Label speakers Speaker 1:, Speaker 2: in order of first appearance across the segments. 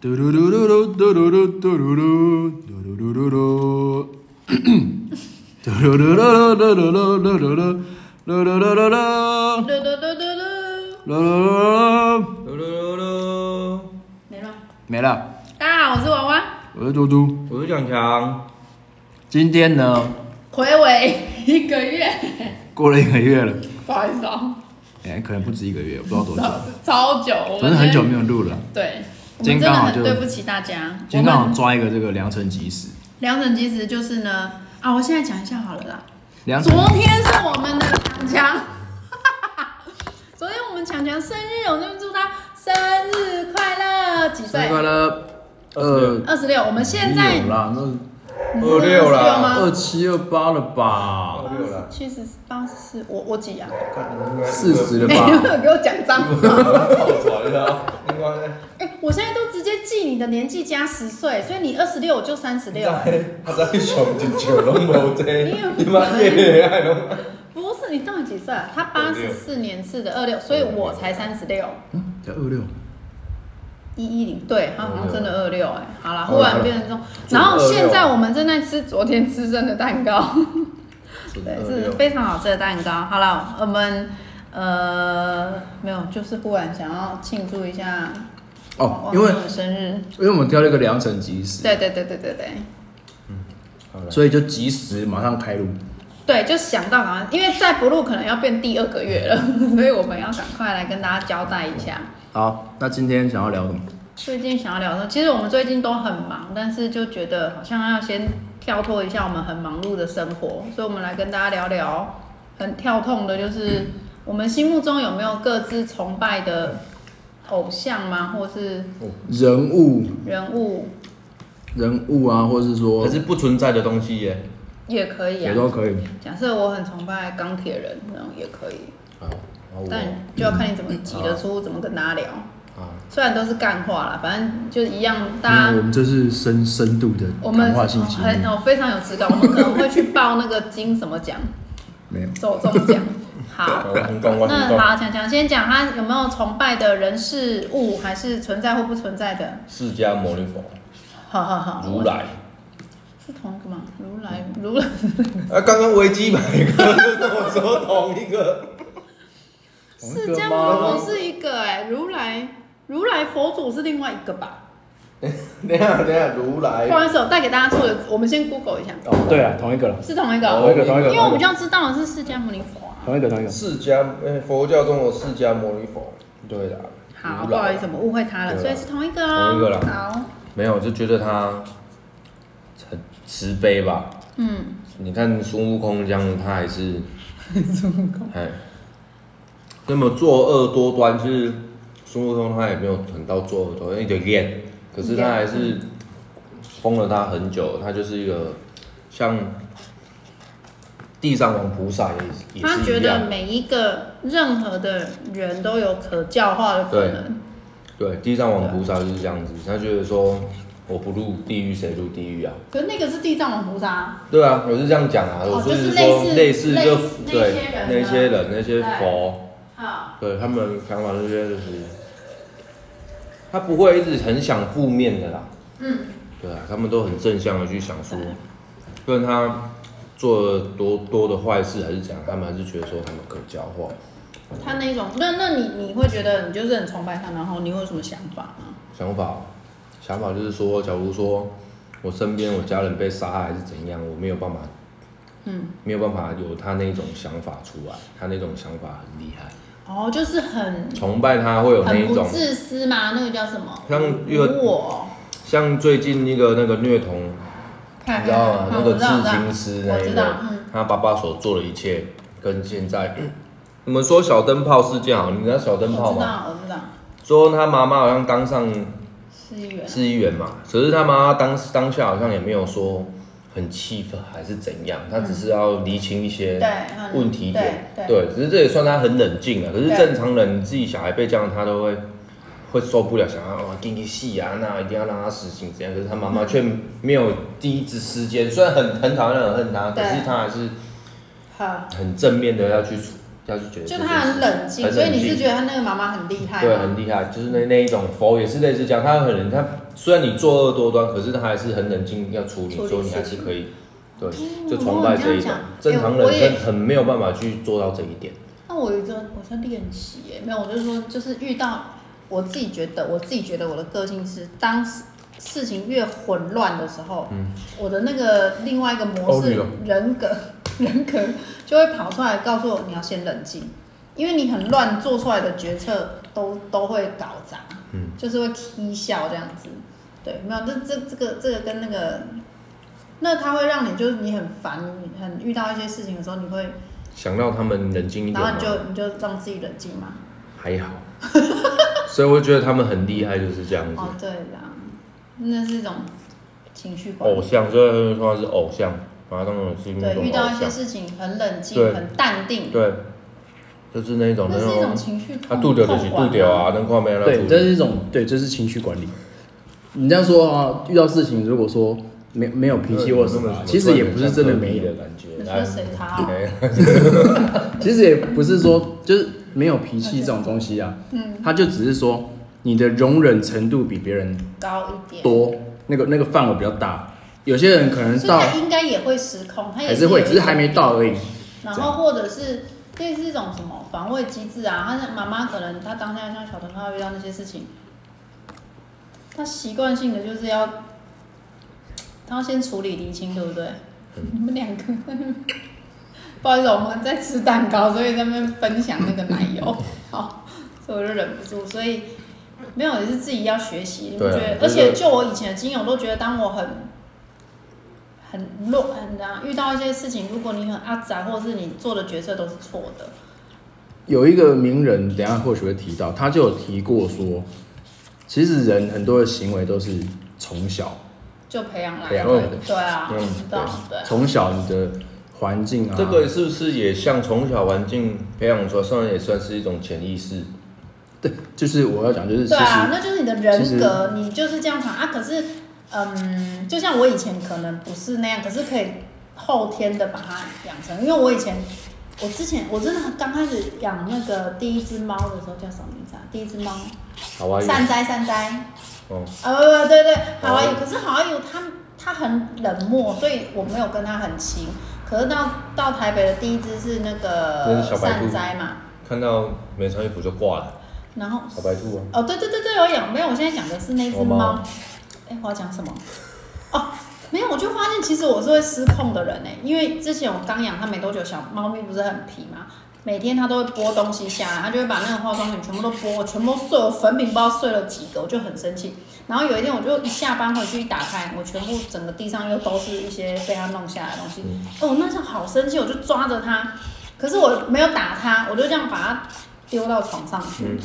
Speaker 1: 嘟噜噜噜噜嘟噜噜嘟噜噜嘟噜噜噜 噜，嘟噜噜噜噜噜噜噜噜噜噜噜噜噜噜。
Speaker 2: 嘟嘟嘟嘟嘟，
Speaker 1: 噜噜噜，
Speaker 3: 噜噜噜噜，
Speaker 2: 没了。
Speaker 1: 没了，
Speaker 2: 大家好，我是娃娃，
Speaker 1: 我是嘟嘟。
Speaker 3: 我是强强，
Speaker 1: 今天呢，
Speaker 2: 暌违一个月，
Speaker 1: 过了一个月了，
Speaker 2: 不好意思哦，
Speaker 1: 哎、可能不止一个月，不知道多久，
Speaker 2: 超超久，我们
Speaker 1: 反正很久
Speaker 2: 今
Speaker 1: 没有录了。
Speaker 2: 天。对，我
Speaker 1: 今天
Speaker 2: 们真的
Speaker 1: 刚好
Speaker 2: 很
Speaker 1: 就
Speaker 2: 对不起大家。
Speaker 1: 今
Speaker 2: 我
Speaker 1: 天刚好
Speaker 2: 们
Speaker 1: 抓一个这个良辰吉时，
Speaker 2: 良辰吉时就是呢，啊，我现在讲一下好了啦。
Speaker 1: 良辰
Speaker 2: 昨天是我们的强强， 昨天我们强强生日，我们祝他生日快乐，几岁？
Speaker 1: 乐，
Speaker 3: 呃
Speaker 2: 二十六。我们现在
Speaker 1: 有啦，那
Speaker 3: 二六啦
Speaker 2: 吗？
Speaker 1: 七二八了吧？
Speaker 3: 六了，
Speaker 2: 七十八十四，我我几啊？
Speaker 1: 四十了
Speaker 2: 哎、你有没
Speaker 1: 吧？
Speaker 2: 有给我讲脏话？
Speaker 3: 套船了，应该
Speaker 2: 哎、我现在都直接记你的年纪加十岁，所以你二十六，我就三十六。
Speaker 3: 他在上一场拢无这
Speaker 2: 你有，
Speaker 3: 你妈耶，哎拢，
Speaker 2: 不是，你到底几岁啊？他八十四年次的二六，所以我才三十六。
Speaker 1: 才二六，
Speaker 2: 一一零，对，他好像真的二六哎。好啦，
Speaker 1: 好
Speaker 2: 忽
Speaker 1: 了
Speaker 2: 然变成这种。然后
Speaker 3: 26
Speaker 2: 现在我们正在吃昨天吃剩的蛋糕，对，
Speaker 1: 呃
Speaker 2: 是
Speaker 3: 26
Speaker 2: 非常好吃的蛋糕。好了，我们呃没有，就是忽然想要庆祝一下
Speaker 1: 哦
Speaker 2: 网，
Speaker 1: 因为
Speaker 2: 友的生日。
Speaker 1: 因为我们挑了一个良辰吉时，
Speaker 2: 对对对对对对。
Speaker 3: 好了，
Speaker 1: 所以就及时马上开录。
Speaker 2: 对，就想到赶快，因为在不录可能要变第二个月了， 所以我们要赶快来跟大家交代一下。
Speaker 1: 好，那今天想要聊什么？
Speaker 2: 最近想要聊什么？其实我们最近都很忙，但是就觉得好像要先跳脱一下我们很忙碌的生活，所以我们来跟大家聊聊很跳痛的，就是我们心目中有没有各自崇拜的偶像吗？或是
Speaker 1: 人物，
Speaker 2: 人物
Speaker 1: 人物啊，或是说
Speaker 3: 可是不存在的东西耶，
Speaker 2: 也可以
Speaker 1: 也
Speaker 2: 啊。
Speaker 1: 都可以。
Speaker 2: 假设我很崇拜钢铁人，那种也可以，
Speaker 3: 好，好我
Speaker 2: 但就要看你怎么挤得出，怎么跟大家聊。
Speaker 3: 好，
Speaker 2: 虽然都是干话啦，反正就一样，大
Speaker 1: 那
Speaker 2: 家
Speaker 1: 我们这是深深度的
Speaker 2: 我
Speaker 1: 谈
Speaker 2: 们
Speaker 1: 话性节
Speaker 2: 很
Speaker 1: 目，
Speaker 2: 有非常有质感，我们可能会去报那个金什么奖、
Speaker 1: 没有。
Speaker 2: 走中奖。好，
Speaker 3: 我成功，我成
Speaker 2: 那
Speaker 3: 功，
Speaker 2: 好，强强先讲他有没有崇拜的人事物，还是存在或不存在的？
Speaker 3: 释迦牟尼佛，
Speaker 2: 好好好，
Speaker 3: 如来，
Speaker 2: 是同一个吗？如来如来，
Speaker 3: 啊，刚刚维基百科就跟我说同一个，
Speaker 2: 释迦牟尼佛是一个哎、如来如来佛祖是另外一个吧？
Speaker 3: 等一下等一下，如来
Speaker 2: 不，好意思，我带给大家错的，我们先 Google 一下，
Speaker 3: 哦，
Speaker 1: 对啊，同一个了，
Speaker 2: 是同一个
Speaker 3: 同
Speaker 2: 哦，
Speaker 3: 一个同一个
Speaker 2: 因为我比较知道的是释迦牟尼佛啊。
Speaker 1: 同一个，同一个。
Speaker 3: 释迦，哎，佛教中有释迦牟尼佛，对啦，
Speaker 2: 好，
Speaker 3: 如
Speaker 2: 不
Speaker 3: 来
Speaker 2: 好意思，我们误会他了，
Speaker 3: 对啊
Speaker 2: 所以是同一个哦。
Speaker 3: 同一个啦
Speaker 2: 好，
Speaker 3: 没有，就觉得他很慈悲吧。
Speaker 2: 嗯，
Speaker 3: 你看孙悟空这样，他还是孙悟空，哎，那么作恶多端是孙悟空，他也没有很到作恶多端，一点练，可是他还是封了他很久，他就是一个像地藏王菩萨也也
Speaker 2: 他
Speaker 3: 是
Speaker 2: 觉
Speaker 3: 一样
Speaker 2: 得，每一个任何的人都有可教化的可能。
Speaker 3: 对，地藏王菩萨就是这样子，他觉得说我不入地狱谁入地狱啊？
Speaker 2: 可是那个是地藏王菩萨，
Speaker 3: 对啊，我是这样讲啊，
Speaker 2: 哦
Speaker 3: 我
Speaker 2: 就是类
Speaker 3: 说
Speaker 2: 似
Speaker 3: 类似
Speaker 2: 类
Speaker 3: 就
Speaker 2: 那
Speaker 3: 对
Speaker 2: 些人
Speaker 3: 那
Speaker 2: 的
Speaker 3: 些人那些
Speaker 2: 对
Speaker 3: 佛。
Speaker 2: 好，
Speaker 3: 对他们想法这些就是，他不会一直很想负面的啦。
Speaker 2: 嗯，
Speaker 3: 对啊，他们都很正向的去想说，不论他做了多多的坏事还是怎样，他们还是觉得说他们可教化。
Speaker 2: 他那一种，那那你你会觉得你就是很崇拜他，然后你会有什么想法吗？
Speaker 3: 想法，想法就是说，假如说我身边我家人被杀害还是怎样，我没有办法，
Speaker 2: 嗯，
Speaker 3: 没有办法有他那种想法出来，他那种想法很厉害，
Speaker 2: 哦，就是很
Speaker 3: 崇拜他会有那
Speaker 2: 很
Speaker 3: 一
Speaker 2: 不
Speaker 3: 种，
Speaker 2: 自私嘛，那个叫什么？
Speaker 3: 像
Speaker 2: 无
Speaker 3: 一个
Speaker 2: 我，
Speaker 3: 像最近那个那个虐童
Speaker 2: 看
Speaker 3: 你知道吗？那个
Speaker 2: 我知
Speaker 3: 刺
Speaker 2: 道
Speaker 3: 青师那
Speaker 2: 哎嗯我
Speaker 3: 一
Speaker 2: 知
Speaker 3: 个
Speaker 2: 道，嗯，
Speaker 3: 他爸爸所做的一切，跟现在我们说小灯泡事件啊，你知道小灯泡
Speaker 2: 我知
Speaker 3: 吗？
Speaker 2: 道，我知道，
Speaker 3: 说他妈妈好像当上
Speaker 2: 是一元，
Speaker 3: 市议员嘛，可是他妈妈当当下好像也没有说很气愤还是怎样，他只是要厘清一些
Speaker 2: 对，嗯
Speaker 3: 问题点，
Speaker 2: 对对，
Speaker 3: 对，只是这也算他很冷静了。啊可是
Speaker 2: 对
Speaker 3: 正常人自己小孩被这样，他都会会受不了，想要哇给你戏啊，那一定要让他死刑这样。可是他妈妈
Speaker 2: 嗯
Speaker 3: 却没有第一时时间，虽然很很讨厌很恨他，可
Speaker 2: 对
Speaker 3: 是他还是
Speaker 2: 好，
Speaker 3: 很正面的要去处他就觉得
Speaker 2: 就
Speaker 3: 这
Speaker 2: 他
Speaker 3: 件
Speaker 2: 很
Speaker 3: 事
Speaker 2: 冷静，
Speaker 3: 很
Speaker 2: 所以你是
Speaker 3: 静
Speaker 2: 觉得他那个妈妈很厉害
Speaker 3: 对，
Speaker 2: 吗？
Speaker 3: 很厉害，就是那那一种佛也是类似这样，他很冷，他虽然你作恶多端，可是他还是很冷静要处理，
Speaker 2: 处理
Speaker 3: 所以你还
Speaker 2: 事
Speaker 3: 是
Speaker 2: 情
Speaker 3: 可以，对，
Speaker 2: 嗯
Speaker 3: 就崇拜这
Speaker 2: 如果
Speaker 3: 一
Speaker 2: 你这
Speaker 3: 种
Speaker 2: 样，讲
Speaker 3: 正常
Speaker 2: 哎我
Speaker 3: 人
Speaker 2: 也
Speaker 3: 很很没有办法去做到这一点，
Speaker 2: 那我有一个我在练习耶，没有，我就是说，就是遇到我自己觉得，我自己觉得我的个性是，当事事情越混乱的时候，
Speaker 3: 嗯
Speaker 2: 我的那个另外一个模
Speaker 1: 哦
Speaker 2: 式
Speaker 1: 有
Speaker 2: 人格 人格就会跑出来告诉我，你要先冷静，因为你很乱做出来的决策都都会搞砸，
Speaker 3: 嗯，
Speaker 2: 就是会踢笑这样子。对，没有，这这这个这个跟那个，那它会让你就是你很烦，你很遇到一些事情的时候，你会，
Speaker 3: 想让他们冷静一点
Speaker 2: 然后
Speaker 3: 嘛
Speaker 2: 你，就你就让自己冷静嘛。
Speaker 3: 还好， 所以我觉得他们很厉害，就是这样子，
Speaker 2: 哦，对啦，那是一种情绪管理。
Speaker 3: 偶像，所以他们说他是偶像，马上有是那
Speaker 2: 对，
Speaker 3: 种
Speaker 2: 遇到一
Speaker 3: 偶
Speaker 2: 些
Speaker 3: 像，
Speaker 2: 事情很冷静、
Speaker 3: 对
Speaker 2: 很淡定，
Speaker 3: 对，就是那种
Speaker 2: 那
Speaker 3: 那
Speaker 2: 是一种
Speaker 3: 种，
Speaker 2: 情绪
Speaker 3: 他
Speaker 2: 控
Speaker 3: 渡掉就是渡掉啊，，能看没有那
Speaker 1: 对，
Speaker 3: 渡
Speaker 1: 这
Speaker 3: 掉，
Speaker 1: 是一种对，这是情绪管理。你这样说啊，遇到事情如果说没没有脾气或者什么
Speaker 3: 嗯
Speaker 1: 啊，其实也不是真的没有，
Speaker 3: 的感觉
Speaker 2: 你说谁他哦
Speaker 3: 哎
Speaker 1: 其实也不是说就是没有脾气这种东西啊，
Speaker 2: 嗯，
Speaker 1: 它就只是说你的容忍程度比别人
Speaker 2: 高一点。
Speaker 1: 多，那个那个范围比较大。有些人可能
Speaker 2: 所以
Speaker 1: 到
Speaker 2: 他应该也会失控，他也
Speaker 1: 还是会，
Speaker 2: 有一
Speaker 1: 只是还没
Speaker 2: 点
Speaker 1: 到而已。
Speaker 2: 然后或者是类似一种什么防卫机制啊，他的妈妈可能他当下像小童他遇到那些事情，他习惯性的就是要，他要先处理厘清，对不对？你们两个， 不好意思，我们在吃蛋糕，所以在那边分享那个奶油，好，所以我就忍不住，所以没有也是自己要学习，你不
Speaker 3: 对啊
Speaker 2: 觉得？
Speaker 3: 这
Speaker 2: 而且
Speaker 3: 个
Speaker 2: 就我以前的经验，我都觉得当我很很乱，很啊，遇到一些事情，如果你很阿杂，或者是你做的决策都是错的，
Speaker 1: 有一个名人，等一下或许会提到，他就有提过说，其实人很多的行为都是从小
Speaker 2: 就培养来
Speaker 1: 培养
Speaker 2: 的。
Speaker 1: 来的，
Speaker 2: 对啊，我
Speaker 3: 嗯
Speaker 2: 知道，对啊。
Speaker 1: 从小你的环境啊，
Speaker 3: 这个是不是也像从小环境培养出来，算也算是一种潜意识？
Speaker 1: 对，就是我要讲，就是其
Speaker 2: 对
Speaker 1: 实
Speaker 2: 啊，那就是你的
Speaker 1: 其
Speaker 2: 人
Speaker 1: 实
Speaker 2: 格，你就是这样想啊。可是，嗯，就像我以前可能不是那样，可是可以后天的把它养成。因为我以前，我之前我真的刚开始养那个第一只猫的时候叫什么名字啊？第一只猫，
Speaker 3: 好啊，
Speaker 2: 善哉善哉。
Speaker 3: 哦，
Speaker 2: 啊不不对对，好
Speaker 3: 好
Speaker 2: 啊
Speaker 3: 啊
Speaker 2: 有，可是好啊有他他很冷漠，所以我没有跟他很亲。可是到到台北的第一只是那
Speaker 3: 那
Speaker 2: 个
Speaker 3: 是小白兔
Speaker 2: 善哉嘛，
Speaker 3: 看到没穿衣服就挂了，
Speaker 2: 然后
Speaker 3: 小白兔啊，
Speaker 2: 哦对对对对，我养没有，我现在讲的是那只
Speaker 3: 哦
Speaker 2: 猫
Speaker 3: 猫。
Speaker 2: 哎，我要讲什么？哦，没有，我就发现其实我是会失控的人哎、因为之前我刚养它没多久，小猫咪不是很皮嘛，每天它都会剥东西下来，它就会把那个化妆品全部都剥，全部都碎，我粉饼不知道碎了几个，我就很生气。然后有一天我就一下班回去一打开，我全部整个地上又都是一些被它弄下来的东西，哦，那时候好生气，我就抓着它，可是我没有打它，我就这样把它丢到床上去，
Speaker 3: 嗯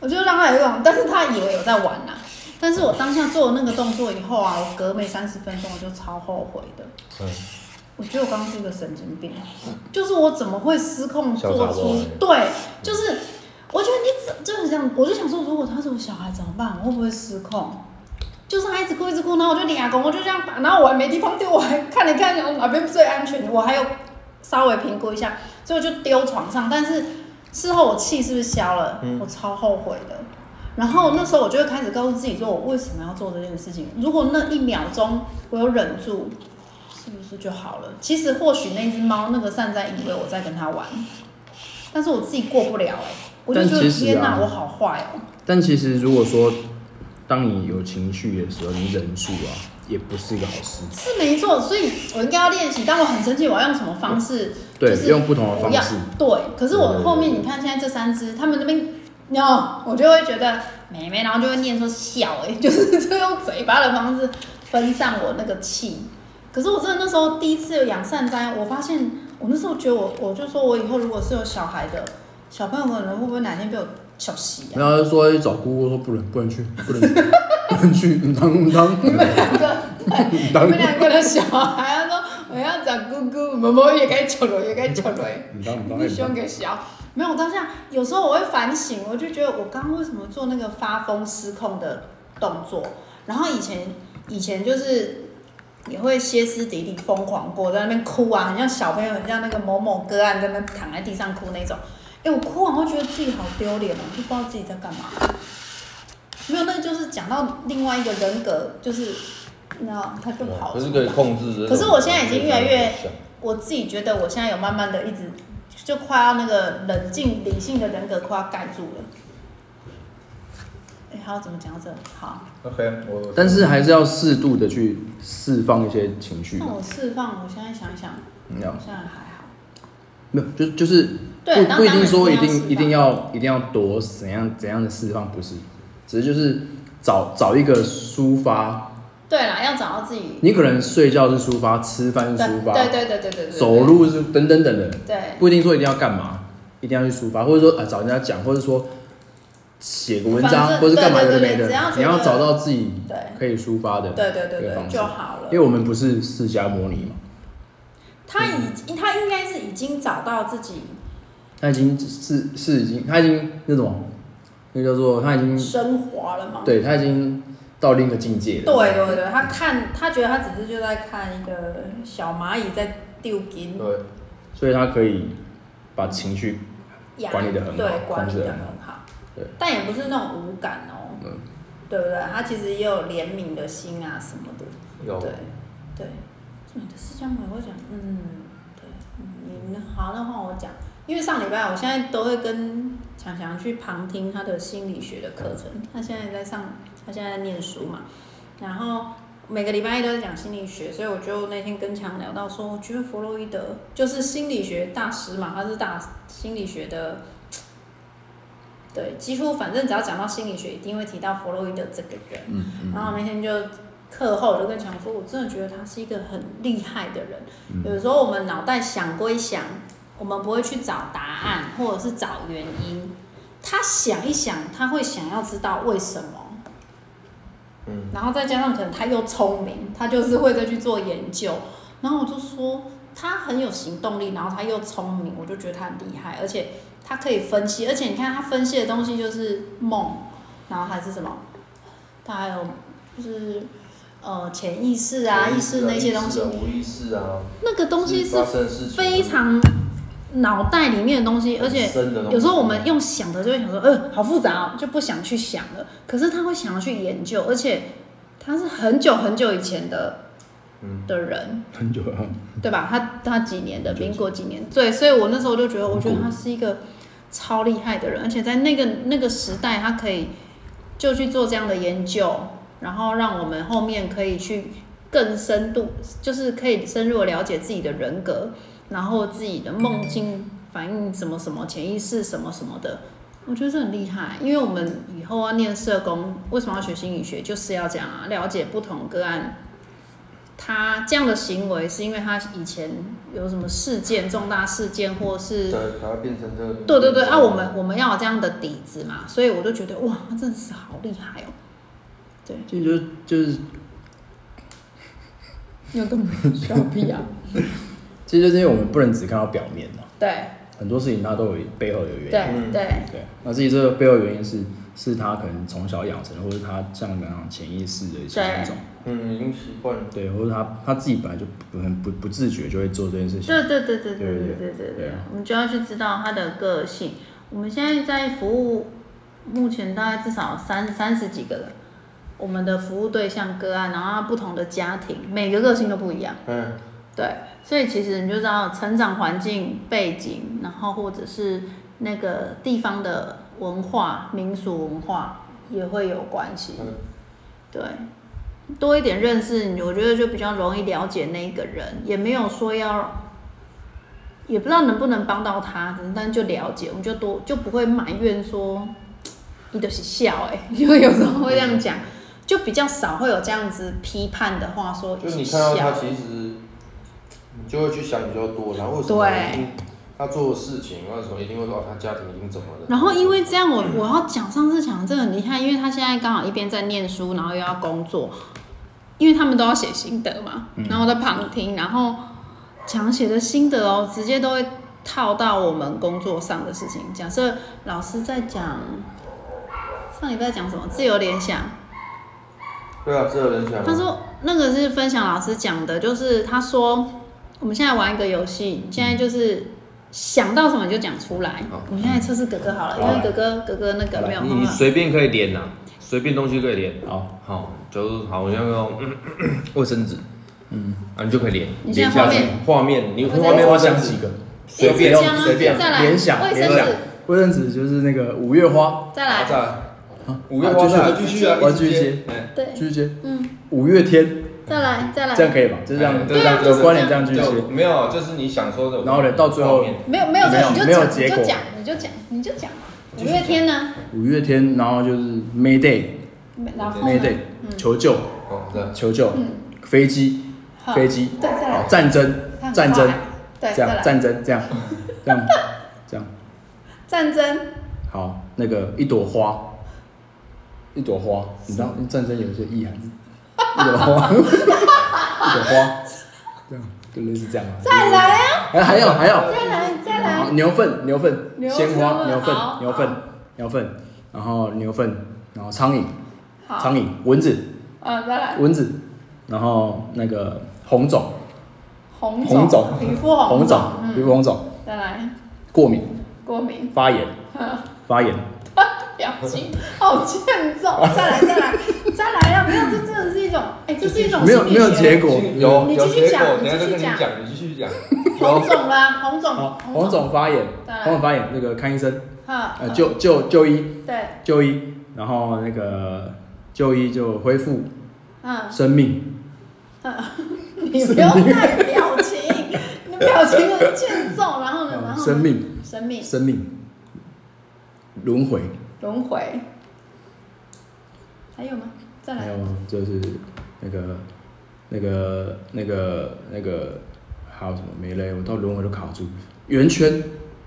Speaker 2: 我就让它有一种，但是它以为有在玩呐、但是我当下做了那个动作以后啊，我隔没三十分钟我就超后悔的。
Speaker 3: 嗯，
Speaker 2: 我觉得我刚刚是一个神经病，就是我怎么会失控
Speaker 3: 小
Speaker 2: 做
Speaker 3: 杂
Speaker 2: 出
Speaker 3: 包
Speaker 2: 对，就是我觉得你怎就是这样，我就想说，如果他是我小孩怎么办？我会不会失控？就是他一直哭一直哭，然后我就俩拱，我就这样把，然后我还没地方丢，我还看了看，然后哪边最安全，我还有稍微评估一下，所以我就丢床上。但是事后我气是不是消了？
Speaker 3: 嗯
Speaker 2: 我超后悔的。然后那时候我就会开始告诉自己说，我为什么要做这件事情？如果那一秒钟我有忍住，是不是就好了？其实或许那只猫那个善哉以为我在跟它玩，但是我自己过不了哎、我就
Speaker 1: 但
Speaker 2: 觉得
Speaker 1: 其实啊
Speaker 2: 天哪，我好坏哦、
Speaker 1: 但其实如果说当你有情绪的时候，你忍住啊，也不是一个好事。
Speaker 2: 是没错，所以我应该要练习。当我很生气，我要用什么方式？
Speaker 1: 对
Speaker 2: 就是
Speaker 1: 用不同的方式
Speaker 2: 不要。对，可是
Speaker 3: 对
Speaker 2: 我
Speaker 3: 对
Speaker 2: 后面你看现在这三只，他们那边，no，我就会觉得妹妹，然后就会念说笑、欸，哎， 就是就用嘴巴的方式分散我那个气。可是我真的那时候第一次有养善哉，我发现我那时候觉得我，我就说我以后如果是有小孩的小朋友，可能会不会哪天被我小吸 啊？
Speaker 1: 然后就说去找姑姑说不能不能去不能去不能去，唔当唔当
Speaker 2: 你们两个，你
Speaker 1: 当
Speaker 2: 们两个的小孩，他说我要找姑姑，妈妈也该求了，也该求了，欸
Speaker 1: 唔当唔当
Speaker 2: 你胸给小。没有，我当下有时候我会反省，我就觉得我刚刚为什么做那个发疯失控的动作？然后以前以前就是也会歇斯底里、疯狂过，在那边哭啊，很像小朋友，很像那个某某个案在那躺在地上哭那种。哎、我哭完会觉得自己好丢脸哦，就不知道自己在干嘛。没有，那就是讲到另外一个人格，就是你知道，他就跑
Speaker 3: 可
Speaker 2: 出
Speaker 3: 哦是
Speaker 2: 来
Speaker 3: 可以控制的那种。
Speaker 2: 可是我现在已经越来越
Speaker 3: 想
Speaker 2: 我自己觉得我现在有慢慢的一直就快要那个冷静理性的人格快要盖住了。哎，还要怎么讲到这？好，
Speaker 4: OK，我
Speaker 3: 啊
Speaker 1: 但是还是要适度的去释放一些情绪
Speaker 2: 那，我释放，我现在想一想，
Speaker 1: 你知道
Speaker 2: 好
Speaker 1: 吗
Speaker 2: 像还好。
Speaker 1: 没有，就就是
Speaker 2: 对
Speaker 1: 不不一定说一
Speaker 2: 当然是
Speaker 1: 定
Speaker 2: 要
Speaker 1: 一定要一定要多怎样怎样的释放，不是，只是就是找找一个抒发，
Speaker 2: 对啦，要找到自己。
Speaker 1: 你可能睡觉是抒发，吃饭是抒发，
Speaker 2: 对对对对对对对。
Speaker 1: 走。路是等等等等的，
Speaker 2: 对
Speaker 1: 不一定说一定要干嘛，一定要去抒发，或者说啊找人家讲，或者说写个文
Speaker 2: 反
Speaker 1: 章，
Speaker 2: 正
Speaker 1: 或是干嘛
Speaker 2: 对
Speaker 1: 有
Speaker 2: 对
Speaker 1: 的
Speaker 2: 对
Speaker 1: 没的
Speaker 2: 只要觉，得
Speaker 1: 你要找到自己
Speaker 2: 对
Speaker 1: 可以抒发的
Speaker 2: 对对对
Speaker 1: 一个
Speaker 2: 对，
Speaker 1: 方式
Speaker 2: 就，好了
Speaker 1: 因为。我们不是释迦摩尼嘛，
Speaker 2: 他已经他应该是已经找到自己
Speaker 1: 他已经是是已经他已经那种那叫做他已经
Speaker 2: 升华了嘛。
Speaker 1: 对他已经到另一个境界了。
Speaker 2: 对对对，他看他觉得他只是就在看一个小蚂蚁在丢金。
Speaker 4: 对，
Speaker 1: 所以他可以把情绪，
Speaker 2: 压
Speaker 1: 管理得很好
Speaker 2: 对，管理
Speaker 1: 控制
Speaker 2: 得
Speaker 1: 得
Speaker 2: 很
Speaker 1: 很
Speaker 2: 好，
Speaker 1: 对，
Speaker 2: 但也不是那种无感哦，
Speaker 1: 嗯
Speaker 2: 对不对？他其实也有怜悯的心啊什么的，
Speaker 4: 有
Speaker 2: 对对。你的释迦牟尼会讲，嗯，对，嗯，你好，那换我讲，因为上礼拜我现在都会跟强强去旁听他的心理学的课程，他现在在上，他现在在念书嘛，然后。每个礼拜一都在讲心理学，所以我就那天跟强聊到说，我觉得弗洛伊德就是心理学大师嘛，他是大心理学的对，几乎反正只要讲到心理学，一定会提到弗洛伊德这个人。然后那天就课后我就跟强说，我真的觉得他是一个很厉害的人。有时候我们脑袋想归想，我们不会去找答案或者是找原因。他想一想，他会想要知道为什么。
Speaker 4: 嗯，
Speaker 2: 然后再加上可能他又聪明，他就是会再去做研究。然后我就说他很有行动力，然后他又聪明，我就觉得他很厉害，而且他可以分析，而且你看他分析的东西就是梦，然后还是什么，他还有就是呃潜意识啊、意识那些东西，
Speaker 4: 无意识啊，
Speaker 2: 那个东西是
Speaker 4: 发生的事情
Speaker 2: 非常脑袋里面的东西，而且
Speaker 4: 很深的东西
Speaker 2: 有时候我们用想的就会想说，呃，好复杂哦，就不想去想了。可是他会想要去研究，而且他是很久很久以前的
Speaker 4: 嗯
Speaker 2: 的人，
Speaker 1: 很久了，
Speaker 2: 对吧？他他几年的，民国几年？对，所以我那时候就觉得，我觉得他是一个超厉害的人，而且在那个那个时代，他可以就去做这样的研究，然后让我们后面可以去更深度，就是可以深入的了解自己的人格，然后自己的梦境反应什么什么，潜意识什么什么的。我觉得这很厉害，因为我们以后要念社工，为什么要学心理学？就是要这样啊，了解不同个案他这样的行为是因为他以前有什么事件、重大事件，或是
Speaker 4: 对，才会变成这个。
Speaker 2: 对对对
Speaker 3: 嗯
Speaker 2: 啊，我们我们要有这样的底子嘛，所以我就觉得哇，他真的是好厉害 哦。
Speaker 1: 这就就是
Speaker 2: 你有跟我笑屁啊？
Speaker 1: 这就是因为我们不能只看到表面啊，
Speaker 2: 对
Speaker 1: 很多事情它都有背后有原因。
Speaker 2: 对对
Speaker 1: 对，那至于这个背后原因是是他可能从小养成，或者他像刚刚潜意识的一些
Speaker 2: 对
Speaker 1: 那种，
Speaker 4: 嗯，已经习惯了。
Speaker 1: 对，或者他他自己本来就不很不不自觉就会做这件事情。
Speaker 2: 对对对对对
Speaker 1: 对
Speaker 2: 对
Speaker 1: 对
Speaker 2: 对对
Speaker 1: 对
Speaker 2: 对
Speaker 1: 啊，
Speaker 2: 我们就要去知道他的个性。我们现在在服务，目前大概至少三三十几个人，我们的服务对象个案，然后他不同的家庭，每个个性都不一样。
Speaker 4: 嗯，
Speaker 2: 对，所以其实你就知道成长环境背景，然后或者是那个地方的文化、民俗文化也会有关系。
Speaker 4: 嗯
Speaker 2: 对，多一点认识，你我觉得就比较容易了解那个人，也没有说要，也不知道能不能帮到他，但就了解，我们就多就不会埋怨说，你都是笑哎、 因为有时候会这样
Speaker 4: 嗯
Speaker 2: 讲，就比较少会有这样子批判的话说，
Speaker 4: 就是
Speaker 2: 是
Speaker 4: 你看到
Speaker 2: 笑
Speaker 4: 他，其实你就会去想比较多，然后为什么
Speaker 2: 对
Speaker 4: 一定他做的事情，为什么一定会说哦他家庭一定怎么了？
Speaker 2: 然后因为这样我，我要讲上次讲得真的很厉害，因为他现在刚好一边在念书，然后又要工作，因为他们都要写心得嘛，然后我在旁听，然后讲写的心得哦，直接都会套到我们工作上的事情。假设老师在讲上礼拜讲什么自由联想，
Speaker 4: 对啊，这有人想
Speaker 2: 他
Speaker 4: 吗？
Speaker 2: 说那个是分享老师讲的，就是他说我们现在玩一个游戏，你现在就是想到什么你就讲出来。
Speaker 3: 好
Speaker 2: 我们现在测试哥哥好了，
Speaker 3: 好
Speaker 2: 因为哥哥哥哥那个没有
Speaker 3: 你
Speaker 2: 办
Speaker 3: 你
Speaker 2: 法。
Speaker 3: 随便可以连呐、随便东西可以连。
Speaker 1: 好，
Speaker 3: 好，就是好像用嗯咳咳卫生纸，嗯，啊，你就可以连
Speaker 2: 你现
Speaker 3: 连
Speaker 2: 在
Speaker 3: 下
Speaker 2: 画
Speaker 3: 去
Speaker 2: 面
Speaker 3: 画面，你
Speaker 2: 我在
Speaker 3: 画面
Speaker 1: 我
Speaker 3: 会
Speaker 1: 想
Speaker 3: 想
Speaker 1: 几
Speaker 3: 几
Speaker 1: 个
Speaker 3: 个，随
Speaker 2: 这
Speaker 3: 便
Speaker 2: 样啊
Speaker 3: 随便
Speaker 2: 再来
Speaker 1: 联想
Speaker 2: 卫生
Speaker 3: 联想
Speaker 2: 纸，
Speaker 1: 卫生纸就是那个五月花，
Speaker 2: 再
Speaker 4: 啊再
Speaker 2: 来，
Speaker 4: 来
Speaker 1: 啊
Speaker 4: 五月
Speaker 1: 啊
Speaker 4: 花
Speaker 1: 继续
Speaker 4: 再来继续啊，
Speaker 1: 我要
Speaker 4: 一直
Speaker 1: 继续
Speaker 4: 接
Speaker 1: 接，
Speaker 4: 哎
Speaker 2: 对，
Speaker 1: 继续接，
Speaker 2: 嗯，
Speaker 1: 五月天，
Speaker 2: 再来，再来，
Speaker 1: 这样可以吧？就这样，
Speaker 3: 哎
Speaker 1: 就
Speaker 2: 对啊
Speaker 1: 这样，
Speaker 2: 就
Speaker 1: 有
Speaker 2: 是
Speaker 1: 关联
Speaker 2: 这
Speaker 1: 这样
Speaker 2: 样
Speaker 1: 继续接
Speaker 4: 就。没有，啊就是你想说的。
Speaker 1: 然后呢到最后
Speaker 4: 画面
Speaker 2: 没有没有
Speaker 1: 没
Speaker 2: 这
Speaker 1: 有
Speaker 2: 个你就
Speaker 1: 没有
Speaker 2: 讲
Speaker 1: 结
Speaker 2: 你就
Speaker 1: 果
Speaker 2: 讲你就讲你就讲，五月天呢？
Speaker 1: 五月天，然后就是 Mayday
Speaker 2: 没然后呢
Speaker 1: Mayday 求救
Speaker 4: 哦，对，
Speaker 1: 求救
Speaker 2: 嗯，
Speaker 1: 飞机
Speaker 2: 好
Speaker 1: 飞机
Speaker 2: 对，再来，
Speaker 1: 战争
Speaker 2: 他很
Speaker 1: 战争
Speaker 2: 快，对，
Speaker 1: 这
Speaker 2: 再
Speaker 1: 样
Speaker 2: 来，
Speaker 1: 战争这样这样这样
Speaker 2: 战争，
Speaker 1: 好，那个一朵花，一朵花，你知道战争有一些意涵，一朵花， 一朵花，这样就类似这样啊。
Speaker 2: 再来啊，
Speaker 1: 还还有还有，
Speaker 2: 再来，再
Speaker 1: 好
Speaker 2: 来，
Speaker 1: 牛粪牛粪
Speaker 2: 牛
Speaker 1: 鲜花
Speaker 2: 粪
Speaker 1: 牛粪
Speaker 2: 好
Speaker 1: 牛粪牛粪，然后牛粪，然后苍蝇
Speaker 2: 好
Speaker 1: 苍，蝇蚊子
Speaker 2: 呃，再来，
Speaker 1: 蚊子，然后那个红肿
Speaker 2: 红
Speaker 1: 红
Speaker 2: 肿
Speaker 1: 肿，
Speaker 2: 皮肤红
Speaker 1: 红肿皮
Speaker 2: 嗯，
Speaker 1: 肤红肿
Speaker 2: 再来，
Speaker 1: 过敏
Speaker 2: 过敏，
Speaker 1: 发炎
Speaker 2: 呵
Speaker 1: 发炎，
Speaker 2: 表情好欠揍，再来，再来，再来啊！没有，这真的是一种，哎，这是一种
Speaker 1: 没有
Speaker 2: 心理
Speaker 1: 没有
Speaker 2: 学
Speaker 1: 结果
Speaker 4: 有
Speaker 2: 你
Speaker 4: 有
Speaker 2: 继续
Speaker 4: 结
Speaker 2: 讲
Speaker 4: 果，
Speaker 2: 你
Speaker 4: 等下再
Speaker 2: 继续
Speaker 4: 跟你
Speaker 2: 讲
Speaker 4: 讲，你继续 讲。
Speaker 2: 红肿啦，红肿
Speaker 1: 好，，红
Speaker 2: 红肿，
Speaker 1: 肿发炎
Speaker 2: 再来
Speaker 1: 红肿发炎那个看医生
Speaker 2: 哈，
Speaker 1: 呃就就就医
Speaker 2: 对，
Speaker 1: 就医，然后那个就医就恢复
Speaker 2: 嗯。
Speaker 1: 生命，
Speaker 2: 你不用看表情，你表情很欠揍。然后呢，然后呢
Speaker 1: 啊生，命
Speaker 2: 生命
Speaker 1: 生命轮回，
Speaker 2: 轮回，还有吗？再
Speaker 1: 还
Speaker 2: 来，
Speaker 1: 有就是那个那个那个那个还有什么没嘞？我到轮回都卡住，圆圈、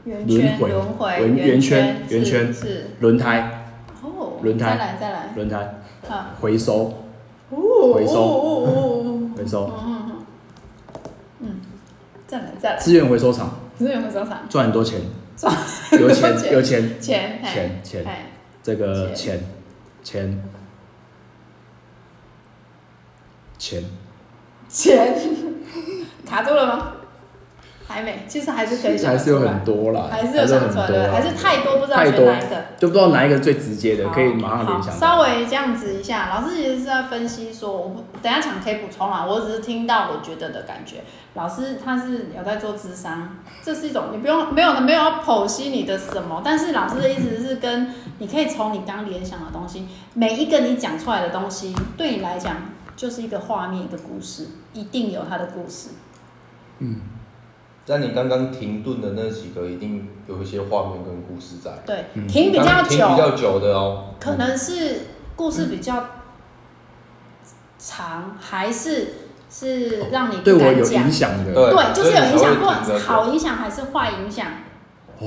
Speaker 2: 圆圈
Speaker 1: 轮回
Speaker 2: 轮回
Speaker 1: 圆
Speaker 2: 圆
Speaker 1: 圈圆圈
Speaker 2: 圈是是
Speaker 1: 轮胎、
Speaker 2: 哦，
Speaker 1: 轮胎
Speaker 2: 再来再来，
Speaker 1: 轮胎
Speaker 2: 好，
Speaker 1: 回收、
Speaker 2: 哦
Speaker 1: 回收
Speaker 2: 哦哦哦
Speaker 1: 回
Speaker 2: 哦，
Speaker 1: 收
Speaker 2: 哦嗯嗯嗯，再来再来，
Speaker 1: 资源回收厂
Speaker 2: 资源回收厂
Speaker 1: 赚很多钱，
Speaker 2: 赚
Speaker 1: 有
Speaker 2: 赚
Speaker 1: 钱有钱，
Speaker 2: 钱哎嘿
Speaker 1: 钱钱
Speaker 2: 嘿
Speaker 1: 这个
Speaker 2: 钱
Speaker 1: 钱钱钱
Speaker 2: 钱 卡住了吗？还没，其实还是可以想
Speaker 1: 还
Speaker 2: 得
Speaker 1: 是有
Speaker 2: 出来
Speaker 1: 很多啦，
Speaker 2: 还是有想
Speaker 1: 很
Speaker 2: 出来
Speaker 1: 多
Speaker 2: 的，
Speaker 1: 啦，
Speaker 2: 还是太多不知道
Speaker 1: 太
Speaker 2: 选
Speaker 1: 多
Speaker 2: 哪一个。
Speaker 1: 就不知道哪一个最直接的，
Speaker 2: 好
Speaker 1: 可以马上
Speaker 2: 好
Speaker 1: 联想到。
Speaker 2: 稍微这样子一下，老师其实是在分析说，我不等一下讲可以补充啦，我只是听到我觉得的感觉。老师他是有在做智商，这是一种你不用没有没有要剖析你的什么，但是老师的意思是跟你可以从你刚联想的东西，每一个你讲出来的东西，对你来讲就是一个画面一个故事，一定有它的故事。
Speaker 4: 但你刚刚停顿的那几个，一定有一些画面跟故事在。
Speaker 2: 对，停比较
Speaker 4: 刚停
Speaker 2: 久，
Speaker 4: 比较久的哦。
Speaker 2: 可能是故事比较长，还是是让你不
Speaker 1: 对我
Speaker 2: 敢
Speaker 1: 有
Speaker 2: 讲
Speaker 1: 影响的，
Speaker 4: 对
Speaker 2: 对，就是有影响，不管
Speaker 4: 所以你才会停得
Speaker 2: 是
Speaker 4: 久
Speaker 2: 好影响还是坏影响，
Speaker 1: 哦，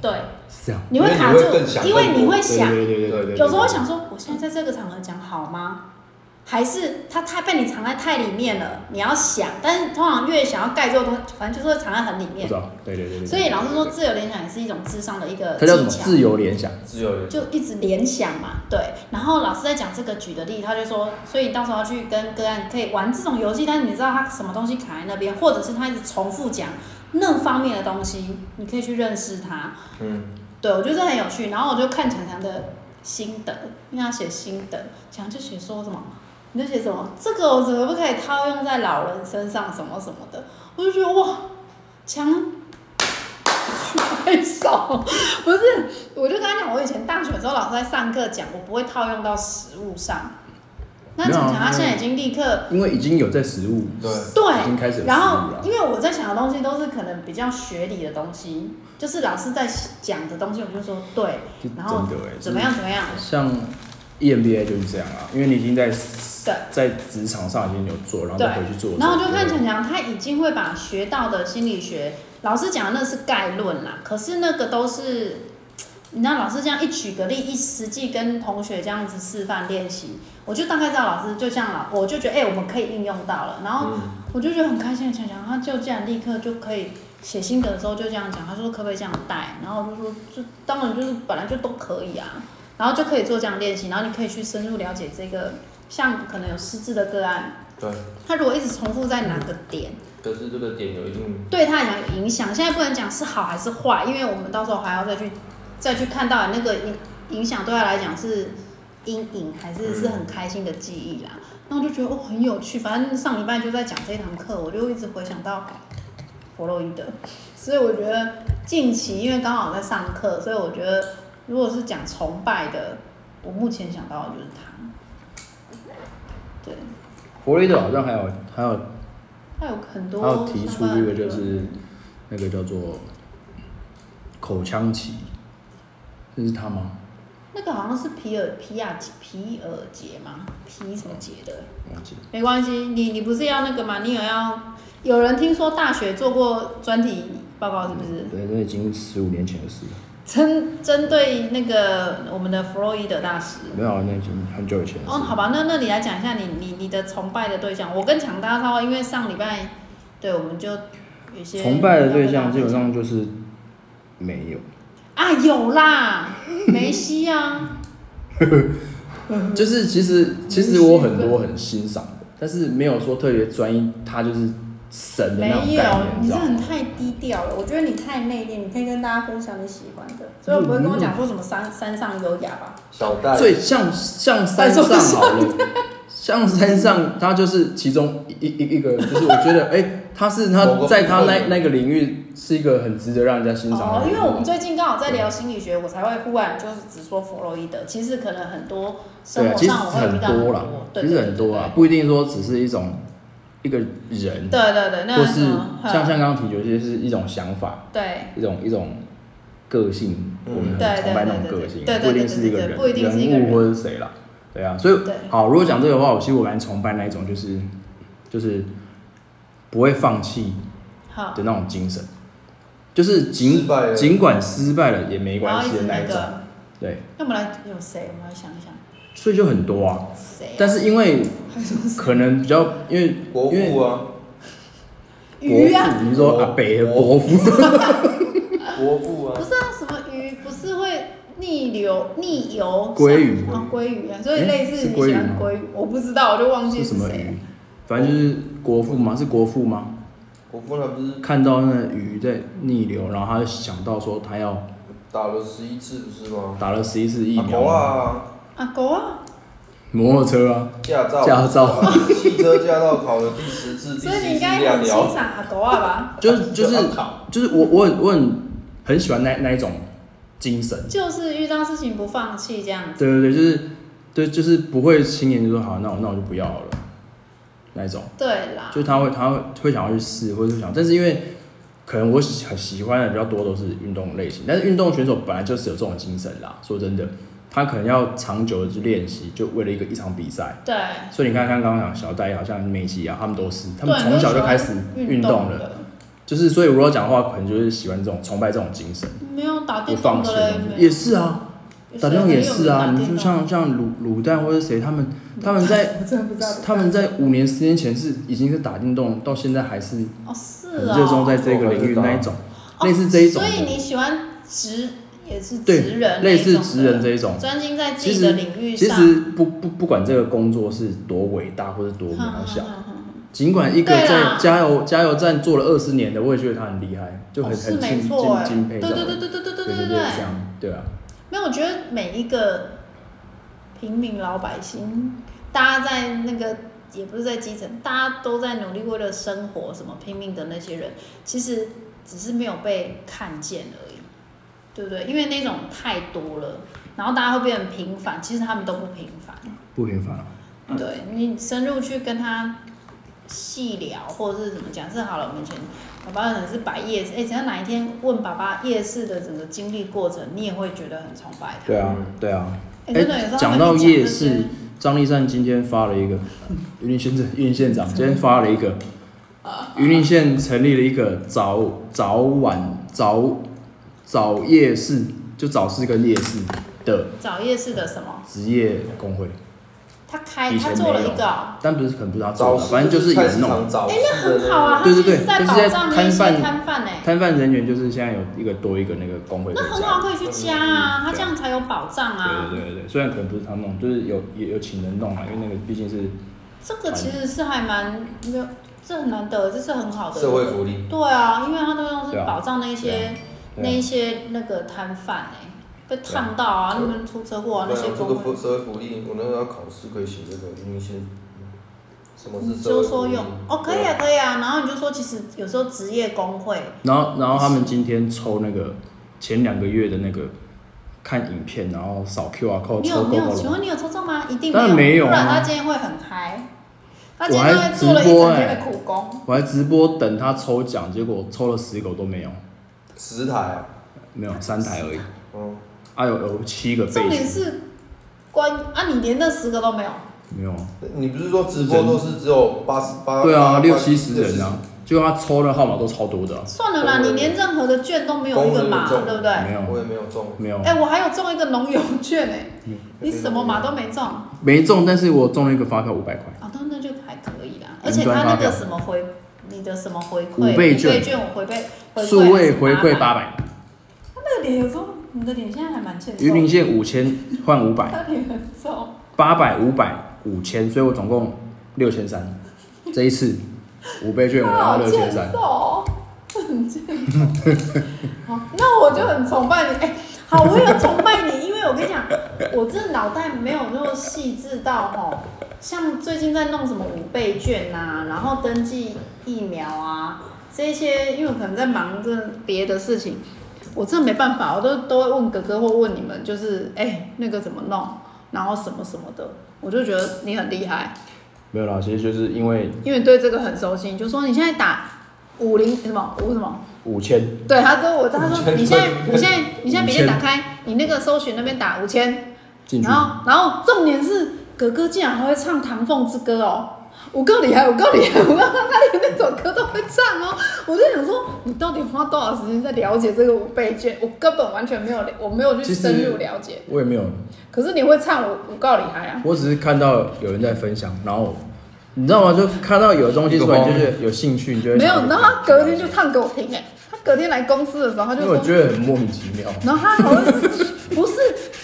Speaker 2: 对，
Speaker 1: 是这样。
Speaker 2: 你会卡
Speaker 4: 因为你会更
Speaker 2: 住，
Speaker 4: 想
Speaker 2: 因为你会
Speaker 1: 对
Speaker 2: 想，
Speaker 1: 对对对对对，
Speaker 2: 有时候会想说，我现在在这个场合讲好吗？还是他太被你藏在太里面了，你要想，但是通常越想要盖这个东西，反正就是会藏在很里
Speaker 1: 不
Speaker 2: 面
Speaker 1: 知。道，对对对对。
Speaker 2: 所以老师说，自由联想也是一种智商的一个
Speaker 1: 它叫什
Speaker 2: 技
Speaker 1: 么？
Speaker 2: 巧。
Speaker 1: 自由联想。
Speaker 4: 嗯只有
Speaker 2: 就一直联想嘛，对。然后老师在讲这个举的例，他就说，所以到时候要去跟个案可以玩这种游戏，但是你知道他什么东西卡在那边，或者是他一直重复讲那方面的东西，你可以去认识他。
Speaker 4: 嗯，
Speaker 2: 对，我觉得这很有趣。然后我就看强强的心得，因为他写心得，强就写说什么，你就写什么，这个我怎么不可以套用在老人身上什么什么的，我就觉得哇，强。 太少，不是，我就跟他讲，我以前大学的时候，老师在上课讲，我不会套用到实物上。那
Speaker 1: 没有啊
Speaker 2: 强
Speaker 1: 没
Speaker 2: 强他
Speaker 1: 有
Speaker 2: 现在已经立刻
Speaker 1: 因为已经有在食物，
Speaker 4: 对
Speaker 2: 对，
Speaker 1: 已经开始有
Speaker 2: 然
Speaker 1: 思路
Speaker 2: 后
Speaker 1: 了
Speaker 2: 因为我在想的东西都是可能比较学理的东西，就是老师在讲的东西，我就说对
Speaker 1: 就，
Speaker 2: 然后
Speaker 1: 真的欸
Speaker 2: 怎么样怎么样，
Speaker 1: 像 E EMBA 就是这样啊，因为你已经在
Speaker 2: 对
Speaker 1: 在职场上已经有做，然后再回去做，
Speaker 2: 对，然后就看强强他已经会把学到的心理学，老师讲的那是概论啦，可是那个都是，你知道老师这样一举个例，一实际跟同学这样子示范练习，我就大概知道老师就像老，我就觉得哎、我们可以应用到了，然后
Speaker 4: 嗯
Speaker 2: 我就觉得很开心，强强他就这样立刻就可以写心得的时候就这样讲，他说可不可以这样带，然后我就说就当然就是本来就都可以啊，然后就可以做这样练习，然后你可以去深入了解这个像可能有失智的个案，
Speaker 4: 对，
Speaker 2: 他如果一直重复在哪个点，
Speaker 3: 可是这个点有一定
Speaker 2: 对他来讲有影响。现在不能讲是好还是坏，因为我们到时候还要再去再去看到底那个影影响对他来讲是阴影还
Speaker 1: 嗯
Speaker 2: 是是很开心的记忆啦。那我就觉得哦很有趣，反正上礼拜就在讲这堂课，我就一直回想到弗洛伊德，所以我觉得近期因为刚好在上课，所以我觉得如果是讲崇拜的，我目前想到的就是他。对，
Speaker 1: 弗洛伊德好像还有还有
Speaker 2: 他有很多
Speaker 1: 还有提
Speaker 2: 相
Speaker 1: 出
Speaker 2: 关的
Speaker 1: 这个就
Speaker 2: 理论
Speaker 1: 是那个叫做口腔期，这是他吗？
Speaker 2: 那个好像是皮尔皮亚皮尔杰吗？皮什么杰的？
Speaker 1: 忘记了。
Speaker 2: 没关系，你你不是要那个吗？你有要？有人听说大学做过专题报告是不是？
Speaker 1: 对，那已经十五年前的事了，
Speaker 2: 针针对那个我们的弗洛伊德大师。
Speaker 1: 没有，啊那已经很久以前的事。
Speaker 2: 哦，好吧，那那你来讲一下你你你的崇拜的对象。我跟强大超，因为上礼拜对我们就有些
Speaker 1: 崇拜的对象基本上就是没有，
Speaker 2: 啊有啦，梅西啊，嗯
Speaker 1: 就是其实其实我很多很欣赏的，但是没有说特别专一，他就是神的
Speaker 2: 没
Speaker 1: 那种
Speaker 2: 有
Speaker 1: 概念，，你
Speaker 2: 你
Speaker 1: 知
Speaker 2: 这
Speaker 1: 道吗
Speaker 2: 人？太低调了。我觉得你太内敛，你可以跟大家分享你喜欢的，
Speaker 1: 嗯
Speaker 2: 所以我不会跟我讲说什么山山上优雅吧。
Speaker 4: 小戴，
Speaker 1: 最像像山上好了， 像山上，他就是其中一一一个，就是我觉得，哎、他是
Speaker 4: 某
Speaker 1: 他
Speaker 4: 个
Speaker 1: 在他
Speaker 4: 部分
Speaker 1: 那那个领域是一个很值得让人家欣赏的
Speaker 2: 哦，
Speaker 1: 人。
Speaker 2: 因为我们最近刚好在聊心理学，我才会忽然就是只说弗洛伊德。其实可能很多生
Speaker 1: 对啊，
Speaker 2: 活
Speaker 1: 其实
Speaker 2: 上我会遇
Speaker 1: 很
Speaker 2: 到很
Speaker 1: 多啦，其实很多啊，。不一定说只是一种一个人，
Speaker 2: 对对对对对，那
Speaker 1: 或是
Speaker 2: 嗯
Speaker 1: 像像刚刚提，有些是一种想法，
Speaker 2: 对
Speaker 1: 一种一种个性，
Speaker 4: 嗯
Speaker 1: 我们
Speaker 2: 对
Speaker 1: 很崇拜那种
Speaker 2: 对对
Speaker 1: 个性，
Speaker 2: 对
Speaker 1: 不
Speaker 2: 对
Speaker 1: 一定是一个
Speaker 2: 对对对不一定是一个
Speaker 1: 人
Speaker 2: 人
Speaker 1: 物或者是谁啦，对啊，所以
Speaker 2: 对
Speaker 1: 好，如果讲这个的话，我其实我蛮崇拜那一种，就是就是不会放弃
Speaker 2: 好，
Speaker 1: 的那种精神，就是
Speaker 4: 失
Speaker 1: 尽
Speaker 4: 败了
Speaker 1: 尽管失败了也没
Speaker 2: 然
Speaker 1: 关
Speaker 2: 后一
Speaker 1: 系的
Speaker 2: 直
Speaker 1: 那
Speaker 2: 那
Speaker 1: 一种，
Speaker 2: 个，
Speaker 1: 对，
Speaker 2: 那我们来有谁？我们来想一想
Speaker 1: 所以就很多啊，
Speaker 2: 谁啊？
Speaker 1: 但是因 为可能比较因为
Speaker 4: 国
Speaker 1: 因为
Speaker 4: 父啊，
Speaker 2: 鱼啊，
Speaker 1: 国父你说阿北的伯父，
Speaker 4: 国父啊
Speaker 2: 不，是啊，什么鱼不是会逆流逆游？
Speaker 1: 鲑鱼
Speaker 2: 啊，鲑鱼啊，所以
Speaker 1: 诶
Speaker 2: 类似
Speaker 1: 是
Speaker 2: 你
Speaker 1: 鲑鱼
Speaker 2: 喜欢
Speaker 1: 吗
Speaker 2: 鲑鱼，我不知道，我就忘记
Speaker 1: 是什么
Speaker 2: 谁啊了
Speaker 1: 鱼。？反正就是国父吗？是国父吗？
Speaker 4: 国父那不是
Speaker 1: 看到那个鱼在逆流，然后他就想到说他要
Speaker 4: 打了十一次不是吗？
Speaker 1: 打了十一次疫
Speaker 4: 啊，
Speaker 1: 苗
Speaker 4: 狗
Speaker 1: 嘛，
Speaker 4: 啊，
Speaker 2: 啊，狗啊，
Speaker 1: 摩托车啊，
Speaker 4: 驾照，
Speaker 1: 驾照，
Speaker 4: 汽车驾照考了第十次，第
Speaker 2: 所以你
Speaker 4: 十
Speaker 2: 应
Speaker 4: 次
Speaker 2: 该很
Speaker 4: 两
Speaker 2: 欣
Speaker 4: 聊，
Speaker 2: 赏啊狗啊吧？
Speaker 1: 就是就是
Speaker 4: 要考
Speaker 1: 就是我我很我很很喜欢那那一种精神，
Speaker 2: 就是遇到事情不放弃这样子。
Speaker 1: 对对对，就是对就是不会轻言就说好，那我那我就不要了那一种，
Speaker 2: 对啦，
Speaker 1: 就是他会他会会想要去试，或者是想，但是因为可能我喜喜欢的比较多都是运动类型，但是运动选手本来就是有这种精神啦，说真的，他可能要长久的去练习，就为了一个一场比赛。
Speaker 2: 对，
Speaker 1: 所以你看，像刚刚讲小戴好像梅西啊，他们都是，他们
Speaker 2: 对
Speaker 1: 从小就开始
Speaker 2: 都是喜欢
Speaker 1: 运
Speaker 2: 运
Speaker 1: 动了。
Speaker 2: 的，
Speaker 1: 就是，所以我要讲的话，可能就是喜欢这种崇拜这种精神，
Speaker 2: 没有打
Speaker 1: 不
Speaker 2: 电
Speaker 1: 放
Speaker 2: 动
Speaker 1: 弃
Speaker 2: 啊的
Speaker 1: 的
Speaker 2: 嘞
Speaker 1: 东西，
Speaker 2: 没
Speaker 1: 也
Speaker 2: 有
Speaker 1: 是啊，
Speaker 2: 有
Speaker 1: 打
Speaker 2: 谁
Speaker 1: 电动
Speaker 2: 很
Speaker 1: 也
Speaker 2: 有
Speaker 1: 是
Speaker 2: 名打
Speaker 1: 啊。你
Speaker 2: 电
Speaker 1: 就
Speaker 2: 动
Speaker 1: 像像卤卤蛋或者谁，他 们他们在
Speaker 2: 我真的不知道
Speaker 1: 他们在五年十年前是已经是打电动，到现在还是
Speaker 2: 哦是
Speaker 1: 很
Speaker 2: 哦，
Speaker 1: 热衷在这个领域
Speaker 4: 我还是打
Speaker 1: 那一种，
Speaker 2: 哦
Speaker 1: 类似这一种
Speaker 2: 所
Speaker 1: 的，
Speaker 2: 以你喜欢职也是职
Speaker 1: 对
Speaker 2: 人，那
Speaker 1: 类
Speaker 2: 一种
Speaker 1: 似职
Speaker 2: 的
Speaker 1: 人这一种。
Speaker 2: 专精在自
Speaker 1: 其
Speaker 2: 己的
Speaker 1: 实
Speaker 2: 领域
Speaker 1: 其
Speaker 2: 上。
Speaker 1: 实不不不管这个工作是多伟大或者 多
Speaker 2: 哼
Speaker 1: 渺
Speaker 2: 哼
Speaker 1: 小，
Speaker 2: 哼哼
Speaker 1: 尽管一个
Speaker 2: 对啊啦
Speaker 1: 在加油加油站做了二十年的，我也觉得他很厉害，就很、
Speaker 2: 哦是
Speaker 1: 很
Speaker 2: 没
Speaker 1: 敬
Speaker 2: 错
Speaker 1: 敬
Speaker 2: 哎，
Speaker 1: 敬佩
Speaker 2: 对
Speaker 1: 这
Speaker 2: 对
Speaker 1: 种人，
Speaker 2: 对对对对对
Speaker 1: 对
Speaker 2: 对
Speaker 1: 对，这样对啊，
Speaker 2: 没有，我觉得每一个平民老百姓，大家在那个也不是在基层，大家都在努力为了生活什么拼命的那些人，其实只是没有被看见而已，对不对？因为那种太多了，然后大家会变得平凡，其实他们都不平凡。
Speaker 1: 不平凡啊。
Speaker 2: 对你深入去跟他细聊，或者是怎么讲？是好了，我们以前爸爸可能是摆夜市，哎、只要哪一天问爸爸夜市的整个经历过程，你也会觉得很崇拜他。
Speaker 1: 对啊
Speaker 4: 嗯，
Speaker 1: 对啊。
Speaker 2: 哎真的有时候他
Speaker 1: 讲
Speaker 2: 们
Speaker 1: 到
Speaker 2: 一
Speaker 1: 夜
Speaker 2: 这
Speaker 1: 市
Speaker 2: 些，
Speaker 1: 张立善今天发了一 个，云林县政云林县长今天发了一个，云林县成立了一个早早晚早早夜市，就早市跟夜市的
Speaker 2: 找夜市的什么？
Speaker 1: 职业工会。
Speaker 2: 他他开
Speaker 1: 以
Speaker 2: 他
Speaker 1: 前
Speaker 2: 做了
Speaker 1: 没有啊
Speaker 2: 一个哦、
Speaker 1: 但不是可能不是他做
Speaker 4: 早
Speaker 1: 的
Speaker 4: 市，
Speaker 1: 反正就是
Speaker 4: 菜
Speaker 1: 有
Speaker 4: 市
Speaker 1: 弄
Speaker 4: 场早市的
Speaker 2: 很好啊，
Speaker 1: 对对
Speaker 2: 他
Speaker 1: 对
Speaker 2: 一直在
Speaker 1: 就是
Speaker 2: 保
Speaker 1: 在
Speaker 2: 障那
Speaker 1: 摊
Speaker 2: 些
Speaker 1: 贩
Speaker 2: 摊贩呢，
Speaker 1: 摊贩人员，就是现在有一个多一个那个工会可
Speaker 2: 那
Speaker 1: 以
Speaker 2: 很
Speaker 1: 加
Speaker 2: 好，
Speaker 1: 入。
Speaker 2: 可以去加啊，他这样才有保障啊。
Speaker 1: 对对对对，虽然可能不是他弄，就是有也有请人弄啊，因为那个毕竟是
Speaker 2: 这个其实是还蛮没有，这很难得，这是很好的
Speaker 3: 社会福利。
Speaker 2: 对啊，因为他都用是
Speaker 1: 对啊
Speaker 2: 保障那些、
Speaker 1: 对啊
Speaker 2: 那一些那个摊贩哎，被烫到啊，
Speaker 3: 对
Speaker 2: 他们出车祸啊，那
Speaker 3: 对
Speaker 2: 些
Speaker 3: 啊，这
Speaker 2: 工
Speaker 3: 个福
Speaker 2: 会，
Speaker 3: 社会福利，我那时候要考试可以写这个，因为现什么是
Speaker 2: 你
Speaker 3: 社
Speaker 2: 就
Speaker 3: 会福
Speaker 2: 说
Speaker 3: 利
Speaker 2: 嗯用哦，可以啊，可以啊，然后你就说，其实有时候职业工会，
Speaker 1: 然后，然后他们今天抽那个前两个月的那个看影片，然后扫 QR code
Speaker 2: 你
Speaker 1: 哦抽
Speaker 2: 有
Speaker 1: 够
Speaker 2: 没有？请
Speaker 1: 了。
Speaker 2: 问你有抽中吗？一定
Speaker 1: 当然没有啊
Speaker 2: 不然他今天会很嗨，他今
Speaker 1: 我
Speaker 2: 天
Speaker 1: 还
Speaker 2: 都会做了一
Speaker 1: 直播
Speaker 2: 整天
Speaker 1: 欸
Speaker 2: 的苦工。
Speaker 1: 我还直播等他抽奖，结果抽了十口都没有，
Speaker 4: 十台啊，
Speaker 1: 没有三台而已。
Speaker 4: 嗯，
Speaker 1: 啊，有有七个
Speaker 2: 重
Speaker 1: 备
Speaker 2: 点
Speaker 1: 选，
Speaker 2: 是关啊，你连那十个都没有，
Speaker 1: 没有啊。
Speaker 4: 你不是说直播都是只有八十八？
Speaker 1: 对啊，
Speaker 4: 八
Speaker 1: 六七十人。
Speaker 4: 八
Speaker 1: 啊，结果他抽的号码都超多的啊、
Speaker 2: 算了啦，
Speaker 4: 对
Speaker 2: 你连任何的券都没有
Speaker 4: 公
Speaker 2: 一个
Speaker 4: 司
Speaker 2: 码，
Speaker 4: 中
Speaker 2: 对不对？
Speaker 1: 没有
Speaker 4: 我也没有 中，
Speaker 1: 没有
Speaker 2: 哎、我还有中一个农友券哎、
Speaker 1: 嗯
Speaker 2: 你什么码都没中啊？
Speaker 1: 没中，但是我中了一个发票五百块，
Speaker 2: 哦那那就还可以啦，而
Speaker 1: 云
Speaker 2: 且
Speaker 1: 端
Speaker 2: 他那
Speaker 1: 发票
Speaker 2: 个什么回，你的什么回馈，
Speaker 1: 五倍券
Speaker 2: 五我回馈回馈
Speaker 1: 数位回馈
Speaker 2: 吧。
Speaker 1: 八百，
Speaker 2: 他那个脸有时候，你的脸现在还蛮欠
Speaker 1: 云林
Speaker 2: 揍，
Speaker 1: 县五千换五百，
Speaker 2: 他脸很皱，
Speaker 1: 八百五百五千，所以我总共六千三。这一次五倍券我
Speaker 2: 他
Speaker 1: 拿
Speaker 2: 好
Speaker 1: 六
Speaker 2: 欠
Speaker 1: 千三
Speaker 2: 揍、。哦，很欠揍。好，那我就很崇拜你，哎、好，我也崇拜你，因为我跟你讲，我这脑袋没有那么细致到吼，像最近在弄什么五倍券啊，然后登记疫苗啊这些，因为我可能在忙着别的事情，我真的没办法，我都都会问哥哥或问你们，就是哎、那个怎么弄，然后什么什么的，我就觉得你很厉害。
Speaker 1: 没有啦，其实就是因为
Speaker 2: 因为对这个很熟悉，你就说你现在打五零什么五什么，
Speaker 1: 五千，
Speaker 2: 对他跟我他说你现在你现在你现在笔
Speaker 1: 5000
Speaker 2: 电打开，你那个搜寻那边打五千，
Speaker 1: 进去
Speaker 2: 然后然后重点是哥哥竟然还会唱《唐凤之歌》哦。我够厉害，我够厉害，我刚刚他连那首歌都会唱哦，我就想说，你到底花多少时间在了解这个五倍券？我根本完全没有了，我没有去
Speaker 1: 其实
Speaker 2: 深入了解。
Speaker 1: 我也没有，
Speaker 2: 可是你会唱我，我够厉害啊！
Speaker 1: 我只是看到有人在分享，然后你知道吗？就看到有东西出来，
Speaker 3: 一个
Speaker 1: 就
Speaker 3: 包
Speaker 1: 是有兴趣，你就会
Speaker 2: 没有
Speaker 1: 想，要
Speaker 2: 然后他隔天就唱给我听哎、他隔天来公司的时候他就
Speaker 1: 因为
Speaker 2: 说
Speaker 1: 我，觉得很莫名其 妙。
Speaker 2: 然后他好像不是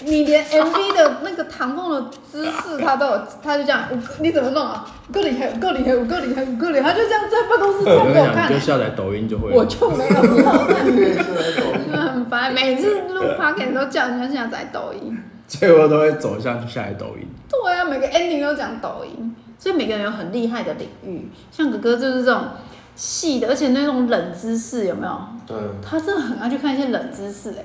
Speaker 2: 你连 MV 的那个唐凤的姿势他都有，他就这样，我你怎么弄啊？我够厉害，我够厉害，我够厉害，我够厉害，他就这样在办公室
Speaker 1: 我
Speaker 2: 唱
Speaker 1: 跟
Speaker 2: 给
Speaker 1: 你
Speaker 2: 我
Speaker 1: 讲，
Speaker 2: 看
Speaker 1: 你就
Speaker 2: 欸、
Speaker 1: 下载抖音就会
Speaker 2: 我
Speaker 1: 了。
Speaker 2: 就没有弄，
Speaker 4: 对对对
Speaker 2: 就很烦。每次录 p o d c a s 都叫人家下载抖音，
Speaker 1: 结果都会走向下载 抖音。
Speaker 2: 对啊，每个 ending 都讲抖音，所以每个人有很厉害的领域，像哥哥就是这种细的，而且那种冷知识有没有？
Speaker 4: 对，
Speaker 2: 他真的很爱去看一些冷知识哎、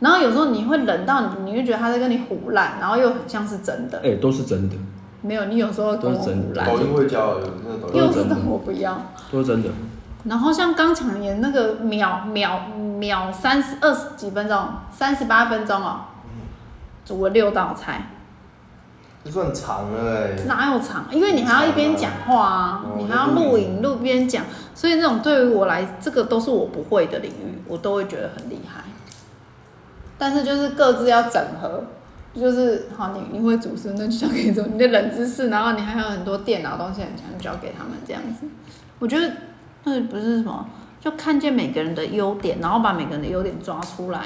Speaker 2: 然后有时候你会冷到你，你会觉得他在跟你胡乱，然后又很像是真的。
Speaker 1: 哎、都是真的，
Speaker 2: 没有，你有时候会跟我
Speaker 1: 都是真
Speaker 2: 胡
Speaker 1: 的
Speaker 2: 乱
Speaker 4: 抖，音会教的，那个抖音
Speaker 2: 又
Speaker 1: 都是真
Speaker 2: 是
Speaker 1: 的
Speaker 2: 我不要。
Speaker 1: 都是真的。
Speaker 2: 然后像刚抢演那个秒秒秒三十二十几分钟，三十八分钟哦，煮了六道菜，
Speaker 4: 这算长了哎、
Speaker 2: 哪有长？因为你还要一边讲话啊，
Speaker 4: 哦
Speaker 2: 你还要录影录边讲，所以这种对于我来，这个都是我不会的领域，我都会觉得很厉害。但是就是各自要整合，就是好，你你会主持，那就交给你，你的冷知识，然后你还有很多电脑东西，很想交给他们这样子。我觉得那不是什么，就看见每个人的优点，然后把每个人的优点抓出来，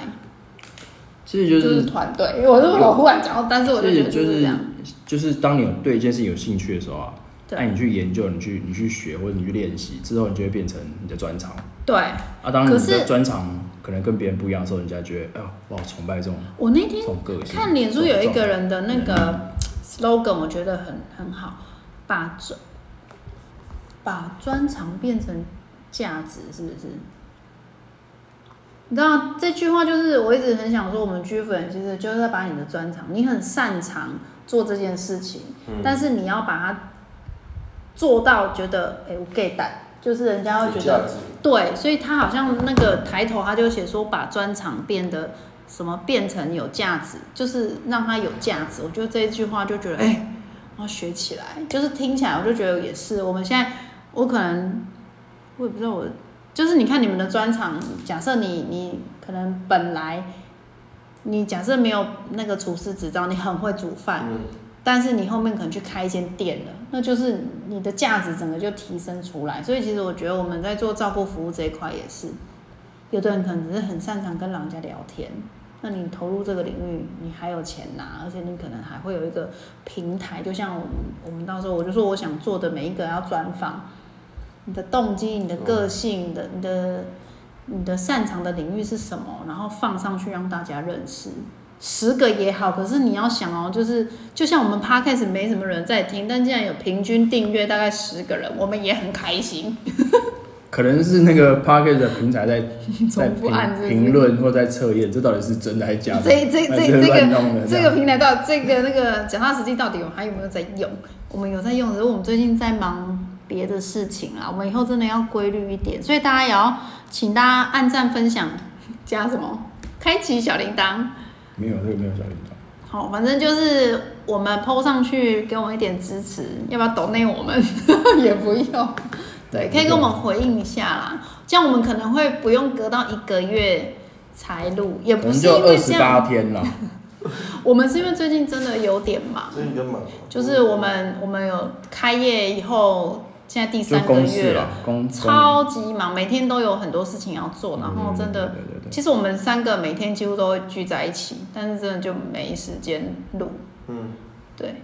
Speaker 1: 其实
Speaker 2: 就
Speaker 1: 就是是，
Speaker 2: 团队。因为我是我忽然讲到，但是我就
Speaker 1: 其实
Speaker 2: 觉
Speaker 1: 就
Speaker 2: 得就是这
Speaker 1: 是
Speaker 2: 样，，
Speaker 1: 就是当你有对一件事情有兴趣的时候啊，
Speaker 2: 对
Speaker 1: 那你去研究，你去你去学或者你去练习之后，你就会变成你的专长。
Speaker 2: 对。
Speaker 1: 啊，当你
Speaker 2: 可是
Speaker 1: 的专长可能跟别人不一样的时候，人家觉得，哎呦，我好崇拜这种
Speaker 2: 我那天
Speaker 1: 这种个性。
Speaker 2: 看脸书有
Speaker 1: 这
Speaker 2: 一
Speaker 1: 种
Speaker 2: 个人的那个 slogan，我觉得很很好，把专把专长变成价值，是不是？你知道这句话就是我一直很想说，我们居粉其实就是在把你的专长，你很擅长做这件事情，
Speaker 4: 嗯
Speaker 2: 但是你要把它做到觉得，哎、我 get 到，就是人家会觉
Speaker 4: 有
Speaker 2: 得
Speaker 4: 价值，
Speaker 2: 对，所以他好像那个抬头，他就写说把专场变得什么变成有价值，就是让它有价值。我觉得这一句话就觉得，哎、我要学起来，就是听起来我就觉得也是。我们现在我可能我也不知道我，就是你看你们的专场，假设你你可能本来你假设没有那个厨师执照，你很会煮饭，
Speaker 4: 嗯，
Speaker 2: 但是你后面可能去开一间店了，那就是你的价值整个就提升出来。所以其实我觉得我们在做照顾服务这一块也是，有的人可能只是很擅长跟老人家聊天，那你投入这个领域，你还有钱拿，而且你可能还会有一个平台。就像我们我们到时候我就说我想做的每一个要专访，你的动机、你的个性、你的你的你的擅长的领域是什么，然后放上去让大家认识。十个也好，可是你要想哦，就是就像我们 podcast 没什么人在听，但竟然有平均订阅大概十个人，我们也很开心。
Speaker 1: 可能是那个 p a c k e t 的平台在在
Speaker 2: 重复按是
Speaker 1: 评
Speaker 2: 不是
Speaker 1: 评论或在测验，这到底是真的还是假的？
Speaker 2: 这这
Speaker 1: 还
Speaker 2: 这
Speaker 1: 是
Speaker 2: 这
Speaker 1: 乱
Speaker 2: 个
Speaker 1: 弄的
Speaker 2: 这
Speaker 1: 样
Speaker 2: 个平台到这个那个脚踏实地到底我还有没有在用？我们有在用，只是我们最近在忙别的事情啦。我们以后真的要规律一点，所以大家也要请大家按赞、分享、加什么，开启小铃铛。
Speaker 1: 没有这个没有小铃铛，
Speaker 2: 好，反正就是我们 PO 上去，给我们一点支持，要不要抖内我们也不用，对，可以跟我们回应一下啦，这样我们可能会不用隔到一个月才录，也
Speaker 1: 可
Speaker 2: 不
Speaker 1: 能
Speaker 2: 是
Speaker 1: 就
Speaker 2: 因
Speaker 1: 二
Speaker 2: 为这
Speaker 1: 十八
Speaker 2: 样，
Speaker 1: 天啦。
Speaker 2: 我们是因为最近真的有点忙，
Speaker 4: 这你就满了。
Speaker 2: 就是我们我们有开业以后，现在第
Speaker 1: 就
Speaker 2: 三个
Speaker 1: 公
Speaker 2: 月
Speaker 1: 事
Speaker 2: 了
Speaker 1: 啦，，公公
Speaker 2: 超级忙，每天都有很多事情要做，然后真的
Speaker 1: 对对对
Speaker 2: 其实我们三个每天几乎都会聚在一起，但是真的就没时间录。
Speaker 4: 嗯，
Speaker 2: 对，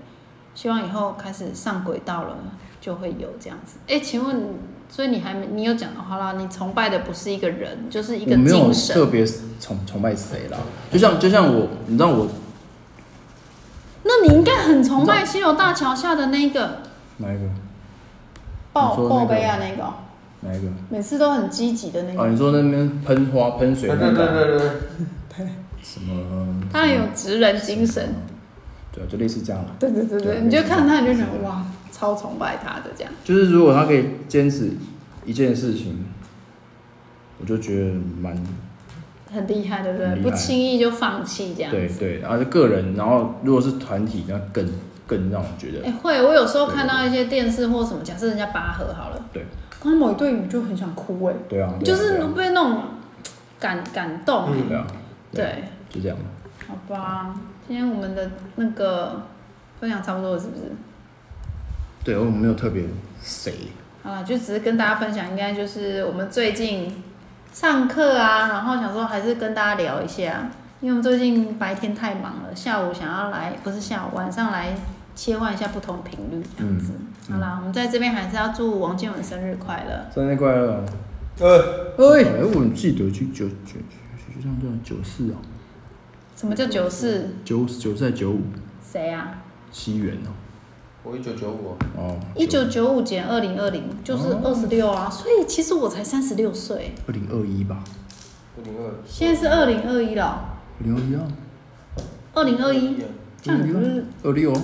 Speaker 2: 希望以后开始上轨道了，就会有这样子。哎、请问，所以你还没你有讲好啦，你崇拜的不是一个人，就是一个
Speaker 1: 我没有
Speaker 2: 精
Speaker 1: 特
Speaker 2: 神。
Speaker 1: 别崇崇拜谁啦，就像就像我，你知道我
Speaker 2: 那你应该很崇拜西游大桥下的那个
Speaker 1: 哪一个
Speaker 2: 鲍
Speaker 1: 你说那个
Speaker 2: 鲍贝亚那个哦，
Speaker 1: 哪一个？
Speaker 2: 每次都很积极的那
Speaker 1: 哦，
Speaker 2: 个，
Speaker 1: 你说那边喷花喷水
Speaker 4: 对
Speaker 1: 那
Speaker 4: 对对
Speaker 1: 个啊
Speaker 4: 对对，
Speaker 1: 什么？
Speaker 2: 他很有职人精神。
Speaker 1: 对啊，就类似这样啦。
Speaker 2: 对对对对，
Speaker 1: 对
Speaker 2: 你就看他，你就觉
Speaker 1: 对
Speaker 2: 得哇，超崇拜他的这样。
Speaker 1: 就是如果他可以坚持一件事情，我就觉得蛮
Speaker 2: 很厉害，对不对？
Speaker 1: 很厉害
Speaker 2: 不轻易就放弃这样。
Speaker 1: 对对，然后是个人，然后如果是团体，那更更让我觉得
Speaker 2: 哎、会，我有时候看到一些电视或什么，假设人家拔河好了，
Speaker 1: 对
Speaker 2: 看到某一队我就很想哭哎、
Speaker 1: 对啊，对啊
Speaker 2: 就是
Speaker 1: 对啊
Speaker 2: 被那种感感动哎、
Speaker 1: 对啊，对
Speaker 2: 对，
Speaker 1: 就这样。
Speaker 2: 好吧，今天我们的那个分享差不多了，是不是？
Speaker 1: 对，我没有特别谁，
Speaker 2: 好啊了，就只是跟大家分享，应该就是我们最近上课啊，然后想说还是跟大家聊一下，因为我们最近白天太忙了，下午想要来，不是下午，晚上来切换一下不同频率这样子。
Speaker 1: 嗯
Speaker 2: 好啦，我们在这边还是要祝王建文生日快乐。
Speaker 1: 生日快乐！
Speaker 4: 呃，
Speaker 1: 哎，
Speaker 2: 嗯喂，
Speaker 1: 我记得去九九九就这样叫九四哦，
Speaker 2: 什么叫九四？
Speaker 1: 九九四还九五
Speaker 2: 谁啊？
Speaker 1: 西元哦，
Speaker 4: 我一九九五，啊
Speaker 1: 哦，
Speaker 2: 一九九五减二零二零就是
Speaker 1: 哦
Speaker 2: 二十六啊，所以其实我才三十六岁，
Speaker 1: 二零二一吧，
Speaker 4: 二零二，
Speaker 2: 现在是二零二一了，
Speaker 1: 二零二一啊，
Speaker 2: 二零二一，这样你不是
Speaker 1: 二六啊，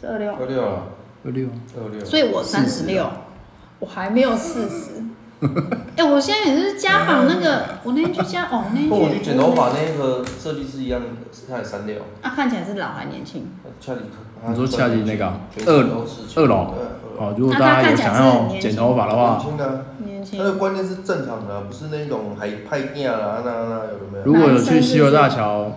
Speaker 2: 是二六？
Speaker 4: 二六了，
Speaker 1: 二六啊，
Speaker 4: 二六。
Speaker 2: 所以我三
Speaker 4: 啊
Speaker 2: 十六，我还没有 四十。哎，我现在也是家访那个，我那天去家哦，我那天
Speaker 4: 跟哎我去剪头发
Speaker 2: 我
Speaker 4: 那个设计师一样，是他也三六，
Speaker 2: 那啊，看起来是老还年轻，
Speaker 4: 恰里。
Speaker 1: 你说恰吉那个啊
Speaker 4: 全
Speaker 1: 二
Speaker 4: 身都是
Speaker 1: 二楼
Speaker 4: 对，
Speaker 1: 哦，如果大家有想要剪头发的
Speaker 4: 年
Speaker 1: 话，
Speaker 4: 轻的，
Speaker 2: 年
Speaker 4: 那个
Speaker 2: 轻。
Speaker 4: 关键是正常的，不是那种还派件啊那那有 没
Speaker 1: 如
Speaker 4: 有？
Speaker 1: 果有去西游大桥，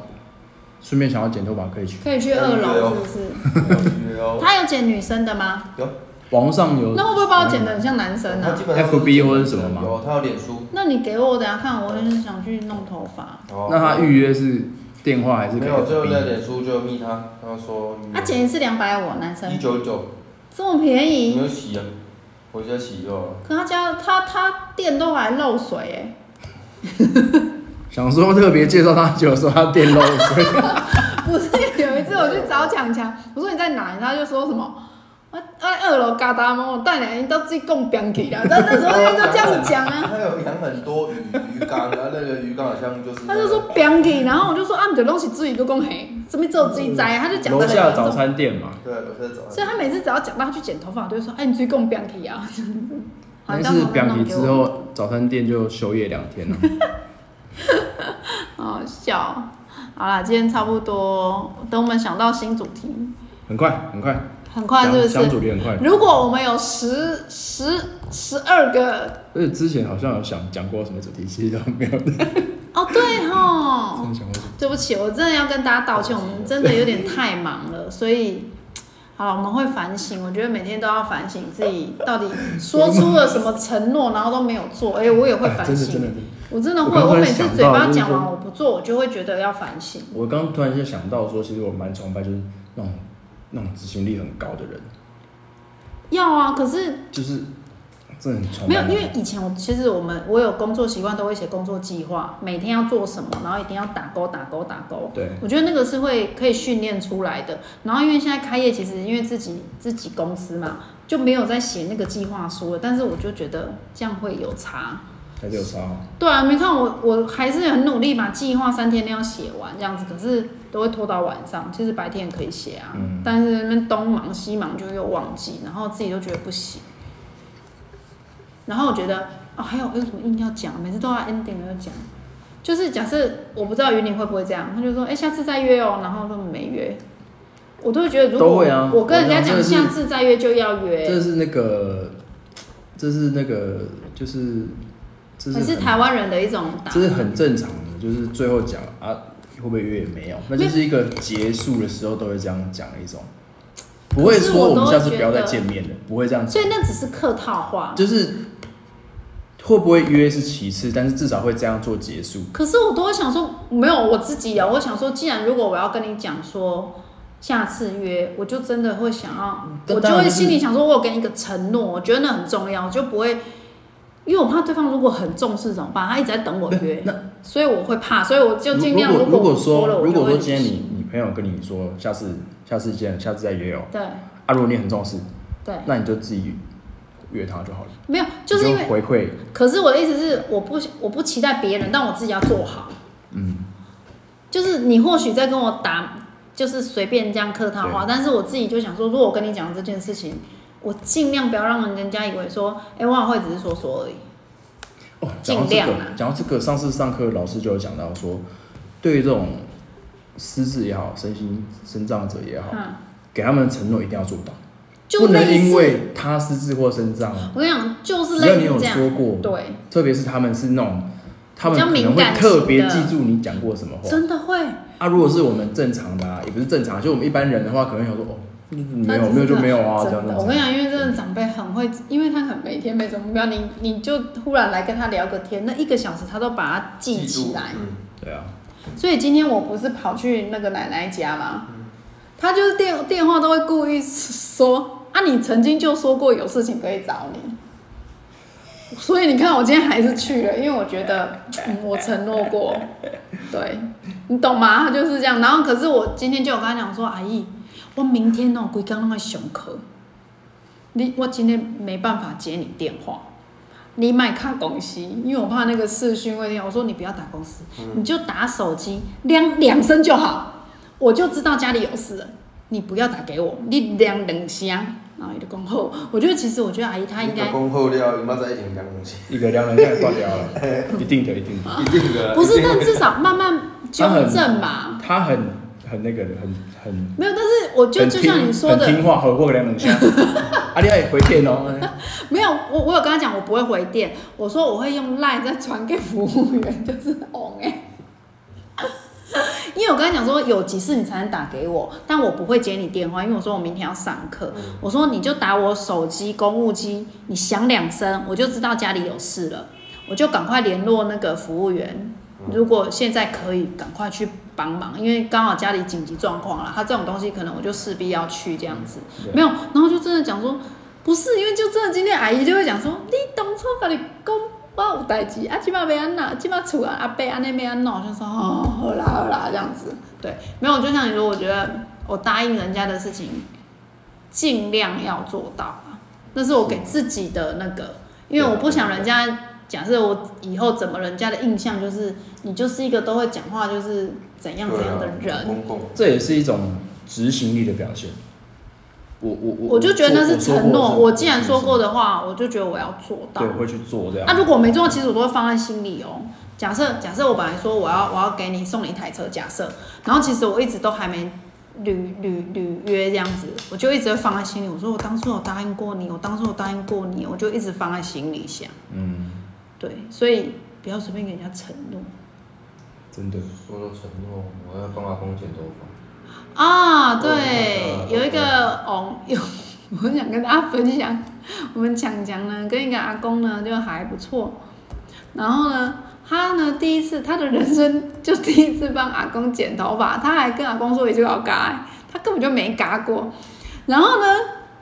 Speaker 1: 顺便想要剪头发可以去，
Speaker 2: 可以去二楼是不是？
Speaker 4: 有
Speaker 2: 他有剪女生的吗？
Speaker 4: 有，
Speaker 1: 网络上有
Speaker 2: 那会不会把我剪得很像男生
Speaker 4: 他
Speaker 2: 啊
Speaker 4: 基？本上都是
Speaker 1: FB 或者什么吗
Speaker 4: 有，他有脸书。
Speaker 2: 那你给我，我等一下看，我很想去弄头发。
Speaker 4: 哦
Speaker 1: 那他预约是电话还是
Speaker 4: 没
Speaker 1: 可以
Speaker 4: 有，最后那
Speaker 1: FB
Speaker 4: 脸书就密他，他说
Speaker 2: 他啊剪一次两百五，男
Speaker 4: 一
Speaker 2: 生
Speaker 4: 九九，
Speaker 2: 这么便
Speaker 4: 没
Speaker 2: 宜，
Speaker 4: 有洗啊，回家洗哦就好了。
Speaker 2: 可他家他他店都还漏水哎、
Speaker 1: 想说特别介绍他，结果说他电漏水，
Speaker 2: 不是有一次我去找强强，我说你在哪？他就说什么。我在二楼嘎达猫，我带你到自己供扁起来。但那时候他就这样讲 啊，
Speaker 4: 他有养很多鱼鱼缸，然后那个鱼缸好像就是
Speaker 2: 他就说扁起，然后我就说啊，你的东西自己都供黑，怎么只有自己摘？他就讲
Speaker 1: 楼
Speaker 2: 的很
Speaker 1: 下
Speaker 2: 严
Speaker 1: 早
Speaker 2: 重。
Speaker 1: 餐店嘛。
Speaker 4: 对，我在找
Speaker 2: 所以他每次只要讲到他去剪头发，我就会说，哎，你自己供扁 起啊。好
Speaker 1: 但
Speaker 2: 你
Speaker 1: 是
Speaker 2: 到时候
Speaker 1: 表
Speaker 2: 弄
Speaker 1: 皮
Speaker 2: 给
Speaker 1: 之
Speaker 2: 我
Speaker 1: 后，早餐店就休业两 天了。
Speaker 2: 好好笑哦。好啦，今天差不多，等我们想到新主题，
Speaker 1: 很快，很快，
Speaker 2: 很快是
Speaker 1: 相相
Speaker 2: 不是？
Speaker 1: 主题很快。
Speaker 2: 如果我们有十十十二个，
Speaker 1: 而且之前好像有想讲过什么主题，其实都没有真的
Speaker 2: 哦对吼，
Speaker 1: 想过。
Speaker 2: 对不起，我真的要跟大家道歉，我们真的有点太忙了，所以好了，我们会反省，我觉得每天都要反省自己到底说出了什么承诺，然后都没有做。哎、我也会
Speaker 1: 哎
Speaker 2: 反
Speaker 1: 真的
Speaker 2: 省，
Speaker 1: 真的，真的
Speaker 2: 我真的
Speaker 1: 我
Speaker 2: 会，
Speaker 1: 刚
Speaker 2: 我
Speaker 1: 突然
Speaker 2: 每次
Speaker 1: 想
Speaker 2: 嘴
Speaker 1: 到
Speaker 2: 巴
Speaker 1: 就是
Speaker 2: 讲完
Speaker 1: 说嗯
Speaker 2: 我不做，我就会觉得要反省。
Speaker 1: 我刚突然就想到说，其实我蛮崇拜就是那种那种执行力很高的人，
Speaker 2: 要啊，可是
Speaker 1: 就是真的很崇拜。
Speaker 2: 没有，因为以前我其实我们我有工作习惯，都会写工作计划，每天要做什么，然后一定要打勾打勾打勾。
Speaker 1: 对
Speaker 2: 我觉得那个是会可以训练出来的。然后因为现在开业，其实因为自己自己公司嘛，就没有在写那个计划书了。但是我就觉得这样会有差。
Speaker 1: 还是有差哦。
Speaker 2: 对啊，没看我我还是很努力把计划三天内要写完这样子，可是都会拖到晚上。其实白天也可以写啊，
Speaker 1: 嗯
Speaker 2: 但是那边东忙西忙就又忘记，然后自己都觉得不行。然后我觉得哦，还有为什么硬要讲？每次都要 ending 要讲，就是假设我不知道云林会不会这样，他就说哎、下次再约哦，然后都没约。我都会觉得，如
Speaker 1: 都
Speaker 2: 果
Speaker 1: 会啊
Speaker 2: 我跟人家
Speaker 1: 我想
Speaker 2: 讲
Speaker 1: 这是
Speaker 2: 下次再约就要约，
Speaker 1: 这是那个，这是那个，就是这是
Speaker 2: 还是
Speaker 1: 很
Speaker 2: 台湾人的一种打
Speaker 1: 这是很正常的，就是最后讲啊，会不会约也没有，那就是一个结束的时候都会这样讲一种，不会说我们下次不要再见面了，不会这样
Speaker 2: 所
Speaker 1: 讲，
Speaker 2: 以那只是客套话。
Speaker 1: 就是会不会约是其次，但是至少会这样做结束。
Speaker 2: 可是我都会想说，没有我自己啊，我想说，既然如果我要跟你讲说下次约，我就真的会想要，
Speaker 1: 但
Speaker 2: 我就
Speaker 1: 嗯当然
Speaker 2: 会
Speaker 1: 就是
Speaker 2: 心里想说，我有跟一个承诺，我觉得那很重要，我就不会，因为我怕对方如果很重视怎么办？他一直在等我约，
Speaker 1: 那
Speaker 2: 所以我会怕，所以我就尽量
Speaker 1: 如果
Speaker 2: 果
Speaker 1: 如果
Speaker 2: 我说了，
Speaker 1: 说
Speaker 2: 我
Speaker 1: 如
Speaker 2: 就
Speaker 1: 果
Speaker 2: 会
Speaker 1: 说
Speaker 2: 履
Speaker 1: 今天
Speaker 2: 行
Speaker 1: 你你朋友跟你说下次下次见，下次再约哦，
Speaker 2: 对
Speaker 1: 啊，如果你很重视，
Speaker 2: 对
Speaker 1: 那你就自己约他就好了，
Speaker 2: 没有，就是
Speaker 1: 你
Speaker 2: 因
Speaker 1: 就回
Speaker 2: 为
Speaker 1: 馈，
Speaker 2: 可是我的意思是，我不我不期待别人，但我自己要做好。
Speaker 1: 嗯，
Speaker 2: 就是你或许在跟我打，就是随便这样客套话，但是我自己就想说，如果我跟你讲这件事情，我尽量不要让人家以为说，哎、我好像会只是说说而已。
Speaker 1: 哦，讲到这
Speaker 2: 尽量
Speaker 1: 个
Speaker 2: 啊，
Speaker 1: 讲到这个，上次上课老师就有讲到说，对于这种失智也好，身心身障者也好，
Speaker 2: 嗯，
Speaker 1: 给他们承诺一定要做到，
Speaker 2: 就
Speaker 1: 不能
Speaker 2: 类似
Speaker 1: 因为他失智或身障，啊
Speaker 2: 我跟你讲，就是
Speaker 1: 只要
Speaker 2: 类
Speaker 1: 你
Speaker 2: 似
Speaker 1: 有
Speaker 2: 这样。
Speaker 1: 说过，
Speaker 2: 对，
Speaker 1: 特别是他们是那种，他们
Speaker 2: 比较
Speaker 1: 可能
Speaker 2: 敏
Speaker 1: 会
Speaker 2: 感型的
Speaker 1: 特别记住你讲过什么话。
Speaker 2: 真的会，
Speaker 1: 啊，如果是我们正常的、啊，也不是正常，就我们一般人的话，可能想说哦，没有没有就没有啊，这样子
Speaker 2: 真的，。我跟你讲，因为真的长辈很会，因为他很每天没什么目标，你你就忽然来跟他聊个天，那一个小时他都把它记起来。
Speaker 4: 嗯
Speaker 1: 对啊，
Speaker 2: 所以今天我不是跑去那个奶奶家嘛，她就是电电话都会故意说啊，你曾经就说过有事情可以找你，所以你看我今天还是去了，因为我觉得、嗯、我承诺过，对你懂吗？她就是这样。然后可是我今天就有跟她讲说，阿姨，我明天哦，规工那个上课，你我今天没办法接你电话。你买卡公司，因为我怕那个视讯会掉。我说你不要打公司，你就打手机两两声就好，我就知道家里有事了。你不要打给我，你两两声，啊然后你就恭候。我觉得其实我觉得阿姨她应该
Speaker 4: 功后料，你妈在一点讲东西，
Speaker 1: 一个两人看挂掉了，一定的，一呃定的。
Speaker 4: 一定的啦。
Speaker 2: 不
Speaker 4: 一
Speaker 2: 是，
Speaker 4: 定
Speaker 2: 但
Speaker 4: 的
Speaker 2: 至少慢慢纠正嘛。
Speaker 1: 他很很那个的，很很
Speaker 2: 没有，但是我就
Speaker 1: 很
Speaker 2: 就
Speaker 1: 听
Speaker 2: 像你说的
Speaker 1: 很，听话，回过两两 下，啊，你还回电哦，
Speaker 2: 没有，我我有跟他讲，我不会回电，我说我会用 line 再传给服务员， 就是哦哎、因为我跟他讲说有急事你才能打给我，但我不会接你电话，因为我说我明天要上课，
Speaker 1: 嗯
Speaker 2: 我说你就打我手机公务机，你响两声，我就知道家里有事了，我就赶快联络那个服务员。
Speaker 3: 嗯
Speaker 2: 如果现在可以，赶快去帮忙，因为刚好家里紧急状况了，他这种东西可能我就势必要去这样子。
Speaker 1: 对
Speaker 2: 没有，然后就真的讲说，不是，因为就真的今天阿姨就会讲说，你当初跟你讲我有代志，啊，即摆要安那，即摆厝啊阿伯安尼要安怎，我就说哦，好啦好啦这样子。对，没有，就像你说，我觉得我答应人家的事情，尽量要做到啊，那是我给自己的那个，因为我不想人家。假设我以后怎么人家的印象就是你就是一个都会讲话就是怎样怎样的
Speaker 4: 对啊
Speaker 2: 人，
Speaker 4: 公共
Speaker 1: 这也是一种执行力的表现。我我我
Speaker 2: 我就觉得那是承诺。我啊既然说过
Speaker 1: 的，
Speaker 2: 的话，我就觉得我要做到
Speaker 1: 对，。会去做这样。
Speaker 2: 那、如果没做到，其实我都会放在心里哦。假设假设我本来说我要我要给你送你一台车，假设，然后其实我一直都还没履履履约这样子，我就一直会放在心里。我说我当初有答应过你，我当初有答应过你，我就一直放在心里想。
Speaker 1: 嗯，
Speaker 2: 对，所以不要随便给人家承诺
Speaker 1: 真的，
Speaker 4: 说了承诺，我要帮阿公剪头发。
Speaker 3: 哦
Speaker 2: 啊，对
Speaker 4: 对，
Speaker 2: 有一个哦，有， 我想跟大家分享，我们强强呢跟一个阿公呢就还不错，然后呢，他呢第一次他的人生就第一次帮阿公剪头发，他还跟阿公说一句要嘎、欸他根本就没嘎过，然后呢，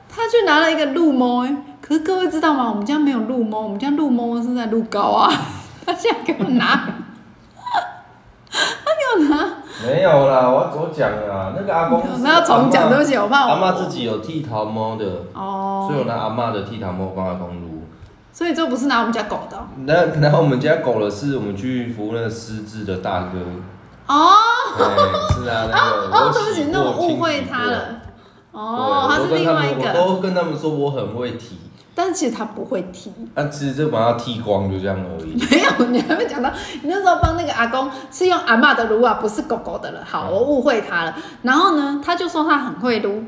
Speaker 2: 他去拿了一个鹿猫、欸，可是各位知道吗？我们家没有鹿猫，我们家鹿猫是在鹿高啊， 他现在给我拿，他给我拿。
Speaker 3: 没有啦，我要左讲啦，那个阿公
Speaker 2: 我们要重讲，对不起，我怕我
Speaker 3: 阿妈自己有剃头毛的，所以
Speaker 2: 哦，
Speaker 3: 我拿阿妈的剃头毛帮阿公撸。
Speaker 2: 所以这不是拿我们家狗的哦
Speaker 3: 那然后我们家狗的是我们去服务那个失智的大 哥，
Speaker 2: 哦
Speaker 3: 对，是啊，那个
Speaker 2: 哦，
Speaker 3: 我
Speaker 2: 对不
Speaker 3: 洗
Speaker 2: 起，
Speaker 3: 过
Speaker 2: 那我误
Speaker 3: 清
Speaker 2: 会
Speaker 3: 洗
Speaker 2: 他
Speaker 3: 过
Speaker 2: 了。哦，他是
Speaker 3: 对我都跟
Speaker 2: 另
Speaker 3: 他们
Speaker 2: 外一
Speaker 3: 我
Speaker 2: 个，
Speaker 3: 都跟他们说我很会剃，
Speaker 2: 但其实他不会踢。
Speaker 3: 但其实就把它剃光就这样而已。
Speaker 2: 没有，你还没讲到，你那时候帮那个阿公是用阿嬷的撸啊，不是狗狗的了。好，我误会他了。然后呢，他就说他很会撸。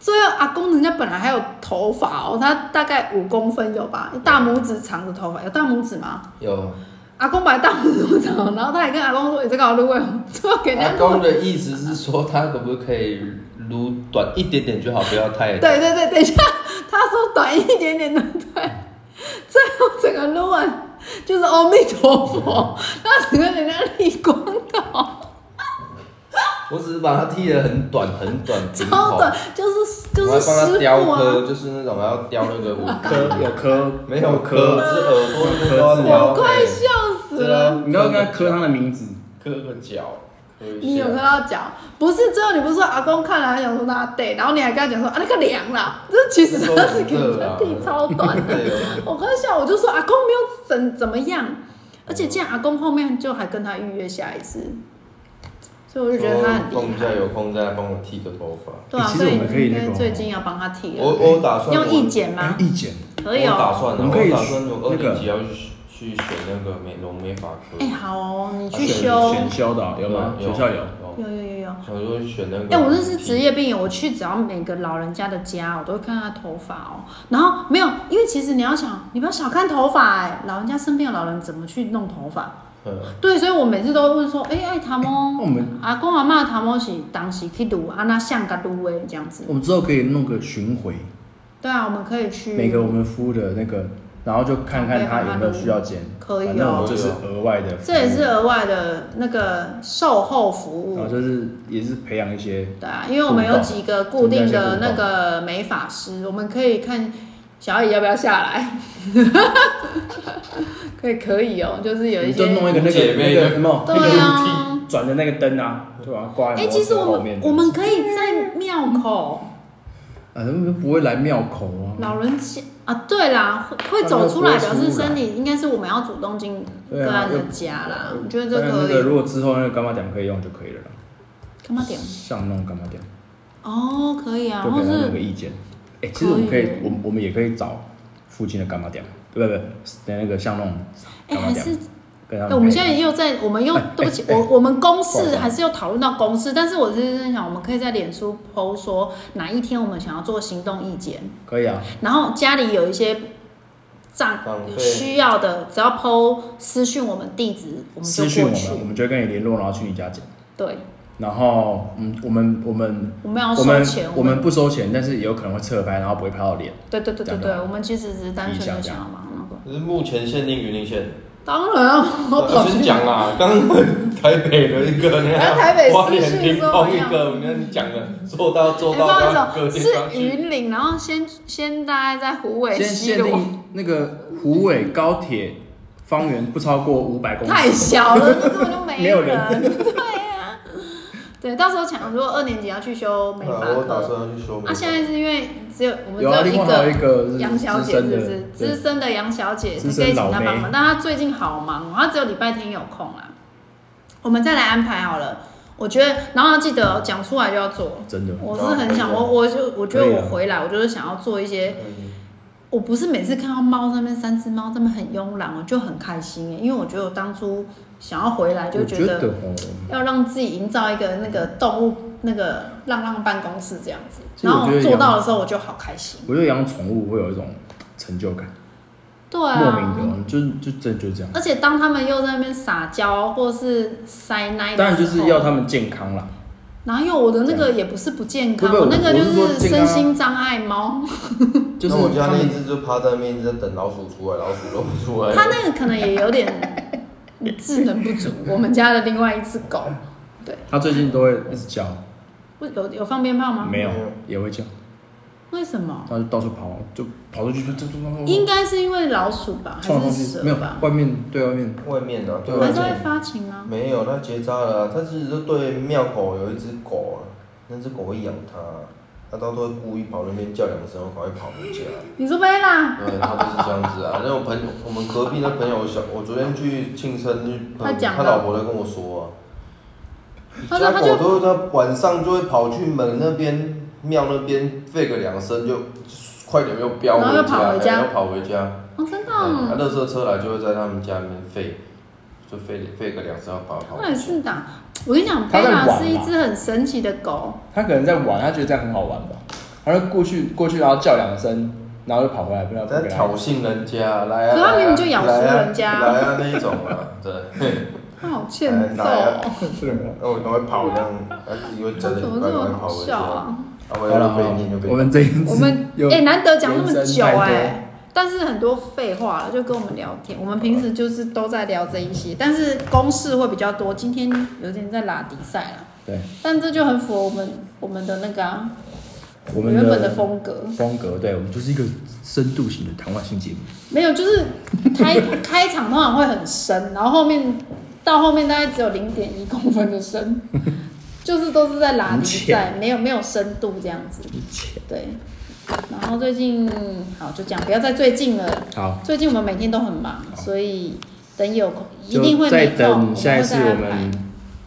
Speaker 2: 最后阿公人家本来还有头发哦，他大概五公分有吧，大拇指长的头发，有大拇指吗？
Speaker 3: 有
Speaker 2: 阿公把大拇指长，然后他还跟阿公说：“你这个撸哎， 最后给人家
Speaker 3: 阿
Speaker 2: 撸
Speaker 3: 公的意思是说，他可不可以撸短一点点就好，不要太
Speaker 2: 对对对，等一下，他说短一点点的，对。最后整个 Luan 就是阿弥陀佛，他整个人家理光头，
Speaker 3: 我只是把它剃得很短很短，平
Speaker 2: 超
Speaker 3: 头
Speaker 2: 短，就是就
Speaker 3: 我还
Speaker 2: 是
Speaker 3: 帮
Speaker 2: 师
Speaker 3: 他雕
Speaker 2: 傅啊。
Speaker 3: 刻，就是那种要雕那个 五
Speaker 1: 科有科
Speaker 3: 没有科，是耳朵那个都要
Speaker 2: 啊我
Speaker 3: 雕。
Speaker 2: 快笑死了！
Speaker 1: 啊你刚刚跟他磕他的名字，
Speaker 3: 刻个角，刻一下
Speaker 2: 你有跟他讲，不是最后你不是说阿公看了还想说他对，然后你还跟他讲说啊那个凉啦，这其实他
Speaker 3: 啊
Speaker 2: 是给人家剃超短的。
Speaker 3: 对
Speaker 2: 我
Speaker 3: 哦
Speaker 2: 刚笑，我就说阿公没有怎怎么样，而且这样阿公后面就还跟他预约下一次，所以我就觉得他很
Speaker 3: 说
Speaker 2: 厉
Speaker 3: 放假
Speaker 2: 害。
Speaker 3: 有空再帮我剃个头发。
Speaker 2: 对啊，
Speaker 1: 哦欸其
Speaker 2: 所
Speaker 1: 实
Speaker 2: 以
Speaker 1: 我们可以
Speaker 2: 你
Speaker 1: 那
Speaker 2: 应
Speaker 1: 个
Speaker 2: 该
Speaker 1: 哦
Speaker 2: 最近要帮他剃
Speaker 3: 我
Speaker 2: 了，
Speaker 3: 我打算
Speaker 2: 用
Speaker 3: 我
Speaker 2: 意剪吗？
Speaker 1: 意见
Speaker 2: 可以
Speaker 3: 我打
Speaker 2: 哦。
Speaker 3: 算的，
Speaker 1: 我们可以
Speaker 3: 我打算我
Speaker 1: 那
Speaker 3: 二
Speaker 1: 个
Speaker 3: 年级要去去选那个美容美发科。
Speaker 2: 哎，好哦，你去
Speaker 1: 选
Speaker 2: 修。
Speaker 1: 选修的哦有吗？
Speaker 3: 对
Speaker 1: 学校有。
Speaker 3: 嗯有。
Speaker 2: 有有有有。
Speaker 3: 想说选那个。
Speaker 2: 哎、我认识职业病友，我去只要每个老人家的家，我都会看他头发哦。然后没有，因为其实你要想，你不要小看头发哎、老人家生病的老人怎么去弄头发？
Speaker 3: 嗯。
Speaker 2: 对，所以我每次都会问说，哎、爱他吗？
Speaker 1: 那我们
Speaker 2: 阿啊公阿妈他们是当时去读啊，那像个读诶这样子。
Speaker 1: 我们之后可以弄个巡回，
Speaker 2: 对啊，我们可以去
Speaker 1: 每个我们服务的那个，然后就看看他有没有需要剪，
Speaker 2: 可以
Speaker 1: 反正我
Speaker 2: 哦
Speaker 1: 们，就是额外的服务，
Speaker 2: 这也是额外的那个售后服
Speaker 1: 然后
Speaker 2: 务。
Speaker 1: 就是也是培养一些，
Speaker 2: 对啊，因为我们有几个固定的
Speaker 1: 增加
Speaker 2: 那
Speaker 1: 一些互
Speaker 2: 个美发师，我们可以看小野要不要下来。 可以可以哦，就是有一
Speaker 1: 就
Speaker 2: 些
Speaker 1: 弄一个那
Speaker 3: 姐
Speaker 1: 个
Speaker 3: 妹
Speaker 1: 那
Speaker 3: 的
Speaker 1: 个什么
Speaker 2: 对
Speaker 1: 那个
Speaker 2: 啊。
Speaker 1: 转的那个灯啊，对吧？挂在
Speaker 2: 哎、
Speaker 1: 摩
Speaker 2: 其
Speaker 1: 托
Speaker 2: 实
Speaker 1: 车
Speaker 2: 我
Speaker 1: 后面
Speaker 2: 们
Speaker 1: 的。
Speaker 2: 我们可以在庙口。
Speaker 1: 啊，他们不会来庙口啊。
Speaker 2: 老人家啊，对啦，会会走出来表示身体，应该是我们要主动进
Speaker 1: 对啊
Speaker 2: 个案的家啦。我觉得这
Speaker 1: 但是那
Speaker 2: 可
Speaker 1: 个
Speaker 2: 以。
Speaker 1: 如果之后那个干妈点可以用就可以了啦，
Speaker 2: 干嘛点？
Speaker 1: 像弄干妈点
Speaker 2: 哦，可以啊，
Speaker 1: 就
Speaker 2: 或
Speaker 1: 可以用那
Speaker 2: 是
Speaker 1: 个意见。哎，其实我们可以
Speaker 2: 可以，
Speaker 1: 我们我们也可以找附近的干妈点，对不对？那个像弄干
Speaker 2: 哎，
Speaker 1: 妈
Speaker 2: 还
Speaker 1: 点
Speaker 2: 是
Speaker 1: 跟他
Speaker 2: 哎，
Speaker 1: 们
Speaker 2: 我们
Speaker 1: 配
Speaker 2: 现在又在，我们 又
Speaker 1: 哎
Speaker 2: 对不起，
Speaker 1: 哎
Speaker 2: 我我们公
Speaker 1: 不好意
Speaker 2: 式
Speaker 1: 思
Speaker 2: 还是又讨论到公式，但是我是在想，我们可以在脸书 PO 说哪一天我们想要做行动意见，
Speaker 1: 可以啊，
Speaker 2: 然后家里有一些账
Speaker 4: 长辈
Speaker 2: 需要的，只要 PO 私讯我们地址，我们就
Speaker 1: 私讯我
Speaker 2: 过去
Speaker 1: 们，我。们就会跟你联络，然后去你家剪。
Speaker 2: 对，
Speaker 1: 然后，嗯，我们我们
Speaker 2: 我们要
Speaker 1: 我
Speaker 2: 收
Speaker 1: 们
Speaker 2: 钱，
Speaker 1: 我们不收钱，但是有可能会侧拍，然后不会拍到脸。
Speaker 2: 对对对对
Speaker 1: 这样
Speaker 2: 对，
Speaker 1: 就好
Speaker 2: 我们其实只是单纯
Speaker 1: 自
Speaker 2: 的
Speaker 1: 己
Speaker 2: 想
Speaker 1: 想
Speaker 2: 要帮那个。
Speaker 3: 可是目前限定云林县，
Speaker 2: 当然啊，我 跑
Speaker 3: 先
Speaker 2: 去
Speaker 3: 讲啦，刚刚台北的一个，你
Speaker 2: 刚
Speaker 3: 看
Speaker 2: 台北
Speaker 3: 花
Speaker 2: 私
Speaker 3: 莲
Speaker 2: 讯
Speaker 3: 屏
Speaker 2: 说
Speaker 3: 东
Speaker 2: 一
Speaker 3: 一
Speaker 2: 样
Speaker 3: 个，你看你讲了，做到做
Speaker 2: 哎
Speaker 3: 啊到，
Speaker 2: 不
Speaker 3: 然后
Speaker 2: 好
Speaker 3: 各
Speaker 2: 意思
Speaker 3: 地
Speaker 2: 哦，
Speaker 3: 方
Speaker 2: 是
Speaker 3: 去
Speaker 2: 云林，然后先先大概在虎尾
Speaker 1: 先
Speaker 2: 西
Speaker 1: 限
Speaker 2: 路，
Speaker 1: 定那个虎尾高铁方圆不超过五百公尺。
Speaker 2: 太小了，那根本就没
Speaker 1: 没有
Speaker 2: 人。
Speaker 1: 人
Speaker 2: 对啊，对，到时候抢，如果二年级要去修美发
Speaker 4: 啊我打
Speaker 2: 课，
Speaker 4: 算 要去修美
Speaker 2: 啊，现在是因为只有我们只
Speaker 1: 有啊，另外还有
Speaker 2: 一
Speaker 1: 一
Speaker 2: 个
Speaker 1: 个是
Speaker 2: 杨小姐，
Speaker 1: 资深
Speaker 2: 是不
Speaker 1: 的
Speaker 2: 是资
Speaker 1: 对
Speaker 2: 深的杨小姐？
Speaker 1: 资
Speaker 2: 你可以
Speaker 1: 深
Speaker 2: 请
Speaker 1: 老
Speaker 2: 她帮忙，
Speaker 1: 妹
Speaker 2: 但她最近好忙哦，她只有礼拜天有空啦。我们再来安排好了，我觉得，然后要记得哦讲出来就要做。
Speaker 1: 真的
Speaker 2: 我是很想，
Speaker 1: 啊
Speaker 2: 我我就我觉得我回来，我就是想要做一些，我不是每次看到猫上面三只猫，它们很慵懒，我就很开心欸耶，因为我觉得我当初想要回来就
Speaker 1: 我
Speaker 2: 觉
Speaker 1: 觉
Speaker 2: 得
Speaker 1: 得哦，
Speaker 2: 要让自己营造一个那个动物那个浪浪办公室这样子，
Speaker 1: 其实
Speaker 2: 然
Speaker 1: 我
Speaker 2: 后
Speaker 1: 觉得
Speaker 2: 做
Speaker 1: 养
Speaker 2: 到的时候我就好开心。
Speaker 1: 我觉得养宠物会有一种成就感，
Speaker 2: 对啊，
Speaker 1: 莫名的哦，就是就真的就这样。
Speaker 2: 而且当他们又在那边撒娇或是塞奶的时候，
Speaker 1: 当然就是要他们健康啦，
Speaker 2: 哪有我的那个也不是不健康，
Speaker 1: 不不
Speaker 2: 我那个就
Speaker 1: 我是说健康
Speaker 2: 身
Speaker 1: 啊
Speaker 2: 心障碍猫，
Speaker 1: 就是
Speaker 3: 那我
Speaker 1: 他
Speaker 3: 家那
Speaker 1: 们
Speaker 3: 一只就趴在那边一直在等老鼠出来，老鼠都不出来。
Speaker 2: 它那个可能也有点智能不足。我们家的另外一只狗，对，
Speaker 1: 他最近都会一直叫，
Speaker 2: 不有有放鞭炮吗？
Speaker 1: 没有
Speaker 3: 没有
Speaker 1: 也会叫，
Speaker 2: 为什么？
Speaker 1: 他就到处跑，就跑出去就就就
Speaker 2: 应该是因为老鼠吧，
Speaker 1: 冲来
Speaker 2: 还
Speaker 1: 冲
Speaker 2: 是
Speaker 1: 去，
Speaker 2: 蛇
Speaker 1: 没有
Speaker 2: 吧？
Speaker 1: 外面对外面
Speaker 3: 外面呢、啊？对
Speaker 2: 还
Speaker 3: 外
Speaker 2: 是会
Speaker 3: 面
Speaker 2: 发情啊？
Speaker 3: 没有，它结扎了、啊。它其实就对庙口有一只狗啊，那只狗会咬它、它到时候会故意跑那边叫两声，我赶快跑回家。
Speaker 2: 你说贝拉，
Speaker 3: 对，他不是这样子啊。那我朋友，我们隔壁的朋友小，我昨天去庆生去，嗯
Speaker 2: 他讲的
Speaker 3: 他老婆在跟我说啊，
Speaker 2: 他说
Speaker 3: 家
Speaker 2: 他
Speaker 3: 狗
Speaker 2: 就
Speaker 3: 都会在晚上就会跑去门那边、庙那边吠个两声，就快点又飙
Speaker 2: 然后
Speaker 3: 回
Speaker 2: 又跑回
Speaker 3: 家，哎
Speaker 2: 家
Speaker 3: 又跑回家。
Speaker 2: 哦，真的
Speaker 3: 嗯，啊，
Speaker 2: 哦，
Speaker 3: 垃圾车来就会在他们家里面吠，就吠吠个两声，要跑跑
Speaker 2: 那
Speaker 3: 回
Speaker 2: 也
Speaker 3: 家。
Speaker 2: 是的。我跟你讲，
Speaker 1: 它
Speaker 2: 贝
Speaker 1: 在
Speaker 2: 拉
Speaker 1: 玩啊
Speaker 2: 是一只很神奇的狗，
Speaker 1: 他可能在玩，他觉得这样很好玩吧，他就过去过去，然后叫两声，然后就跑回来，不要不
Speaker 3: 在
Speaker 1: 给他
Speaker 3: 挑。衅人家，来啊！
Speaker 2: 可他明明就咬输
Speaker 3: 来啊
Speaker 2: 人家
Speaker 3: 来啊那一种啊，对。
Speaker 2: 它好欠揍
Speaker 3: 来来
Speaker 2: 哦，
Speaker 3: 那我赶快跑这样，还是因为
Speaker 2: 它
Speaker 3: 真的
Speaker 2: 怎么
Speaker 3: 赶
Speaker 2: 这
Speaker 3: 快
Speaker 2: 么好
Speaker 3: 跑
Speaker 2: 笑
Speaker 3: 回家。
Speaker 2: 啊？
Speaker 3: 啊，我
Speaker 1: 好了
Speaker 3: 要
Speaker 1: 好
Speaker 3: 被
Speaker 1: 了
Speaker 3: 念就被
Speaker 1: 我们这一次
Speaker 2: 我们
Speaker 1: 有
Speaker 2: 哎、难得讲那么
Speaker 1: 延
Speaker 2: 久
Speaker 1: 伸
Speaker 2: 哎
Speaker 1: 太、
Speaker 2: 但是很多废话了，就跟我们聊天。我们平时就是都在聊这一些，但是公式会比较多。今天有点在拉迪赛了，
Speaker 1: 多对
Speaker 2: 但这就很符合我们我们的那个、啊、
Speaker 1: 我们
Speaker 2: 原本
Speaker 1: 的
Speaker 2: 的风格。
Speaker 1: 风格，对我们就是一个深度型的谈话性节目。
Speaker 2: 没有，就是开开场通常会很深，然后后面到后面大概只有零点一公分 的深，就是都是在拉
Speaker 1: 很
Speaker 2: 迪赛，
Speaker 1: 浅
Speaker 2: 没有没有深度这样子。对，然后最近好就讲，不要再最近了。
Speaker 1: 好，
Speaker 2: 最近我们每天都很忙，所以等有空一
Speaker 1: 就
Speaker 2: 定会
Speaker 1: 再
Speaker 2: 没空。
Speaker 1: 等下一次
Speaker 2: 会再
Speaker 1: 我
Speaker 2: 安排
Speaker 1: 们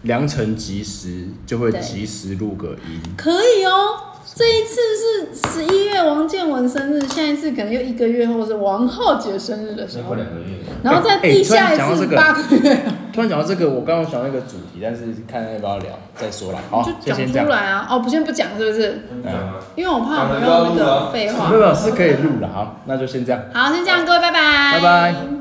Speaker 1: 良辰吉时就会
Speaker 2: 对
Speaker 1: 及时录个音。
Speaker 2: 可以哦。这一次是十一月王建文生日，下一次可能又一个月后是王浩杰生日的时候，
Speaker 3: 个月。
Speaker 2: 然后再
Speaker 1: 哎
Speaker 2: 递
Speaker 1: 突然
Speaker 2: 下一
Speaker 1: 讲到
Speaker 2: 次
Speaker 1: 这个
Speaker 2: 八个月，
Speaker 1: 突然讲到这个，我刚刚想到一个主题，但是看要不要聊再说啦。好，
Speaker 2: 就
Speaker 1: 先
Speaker 2: 讲
Speaker 1: 先这
Speaker 2: 出
Speaker 1: 样。
Speaker 2: 来啊！哦，不，先不讲是不是？因为我怕我们
Speaker 3: 讲
Speaker 2: 让那
Speaker 3: 了不要录
Speaker 2: 个
Speaker 3: 了
Speaker 2: 废话
Speaker 1: 没。有没有是可以录了，好，那就先这样。
Speaker 2: 好，先这样，各位，拜
Speaker 1: 拜
Speaker 2: 拜，
Speaker 1: 拜。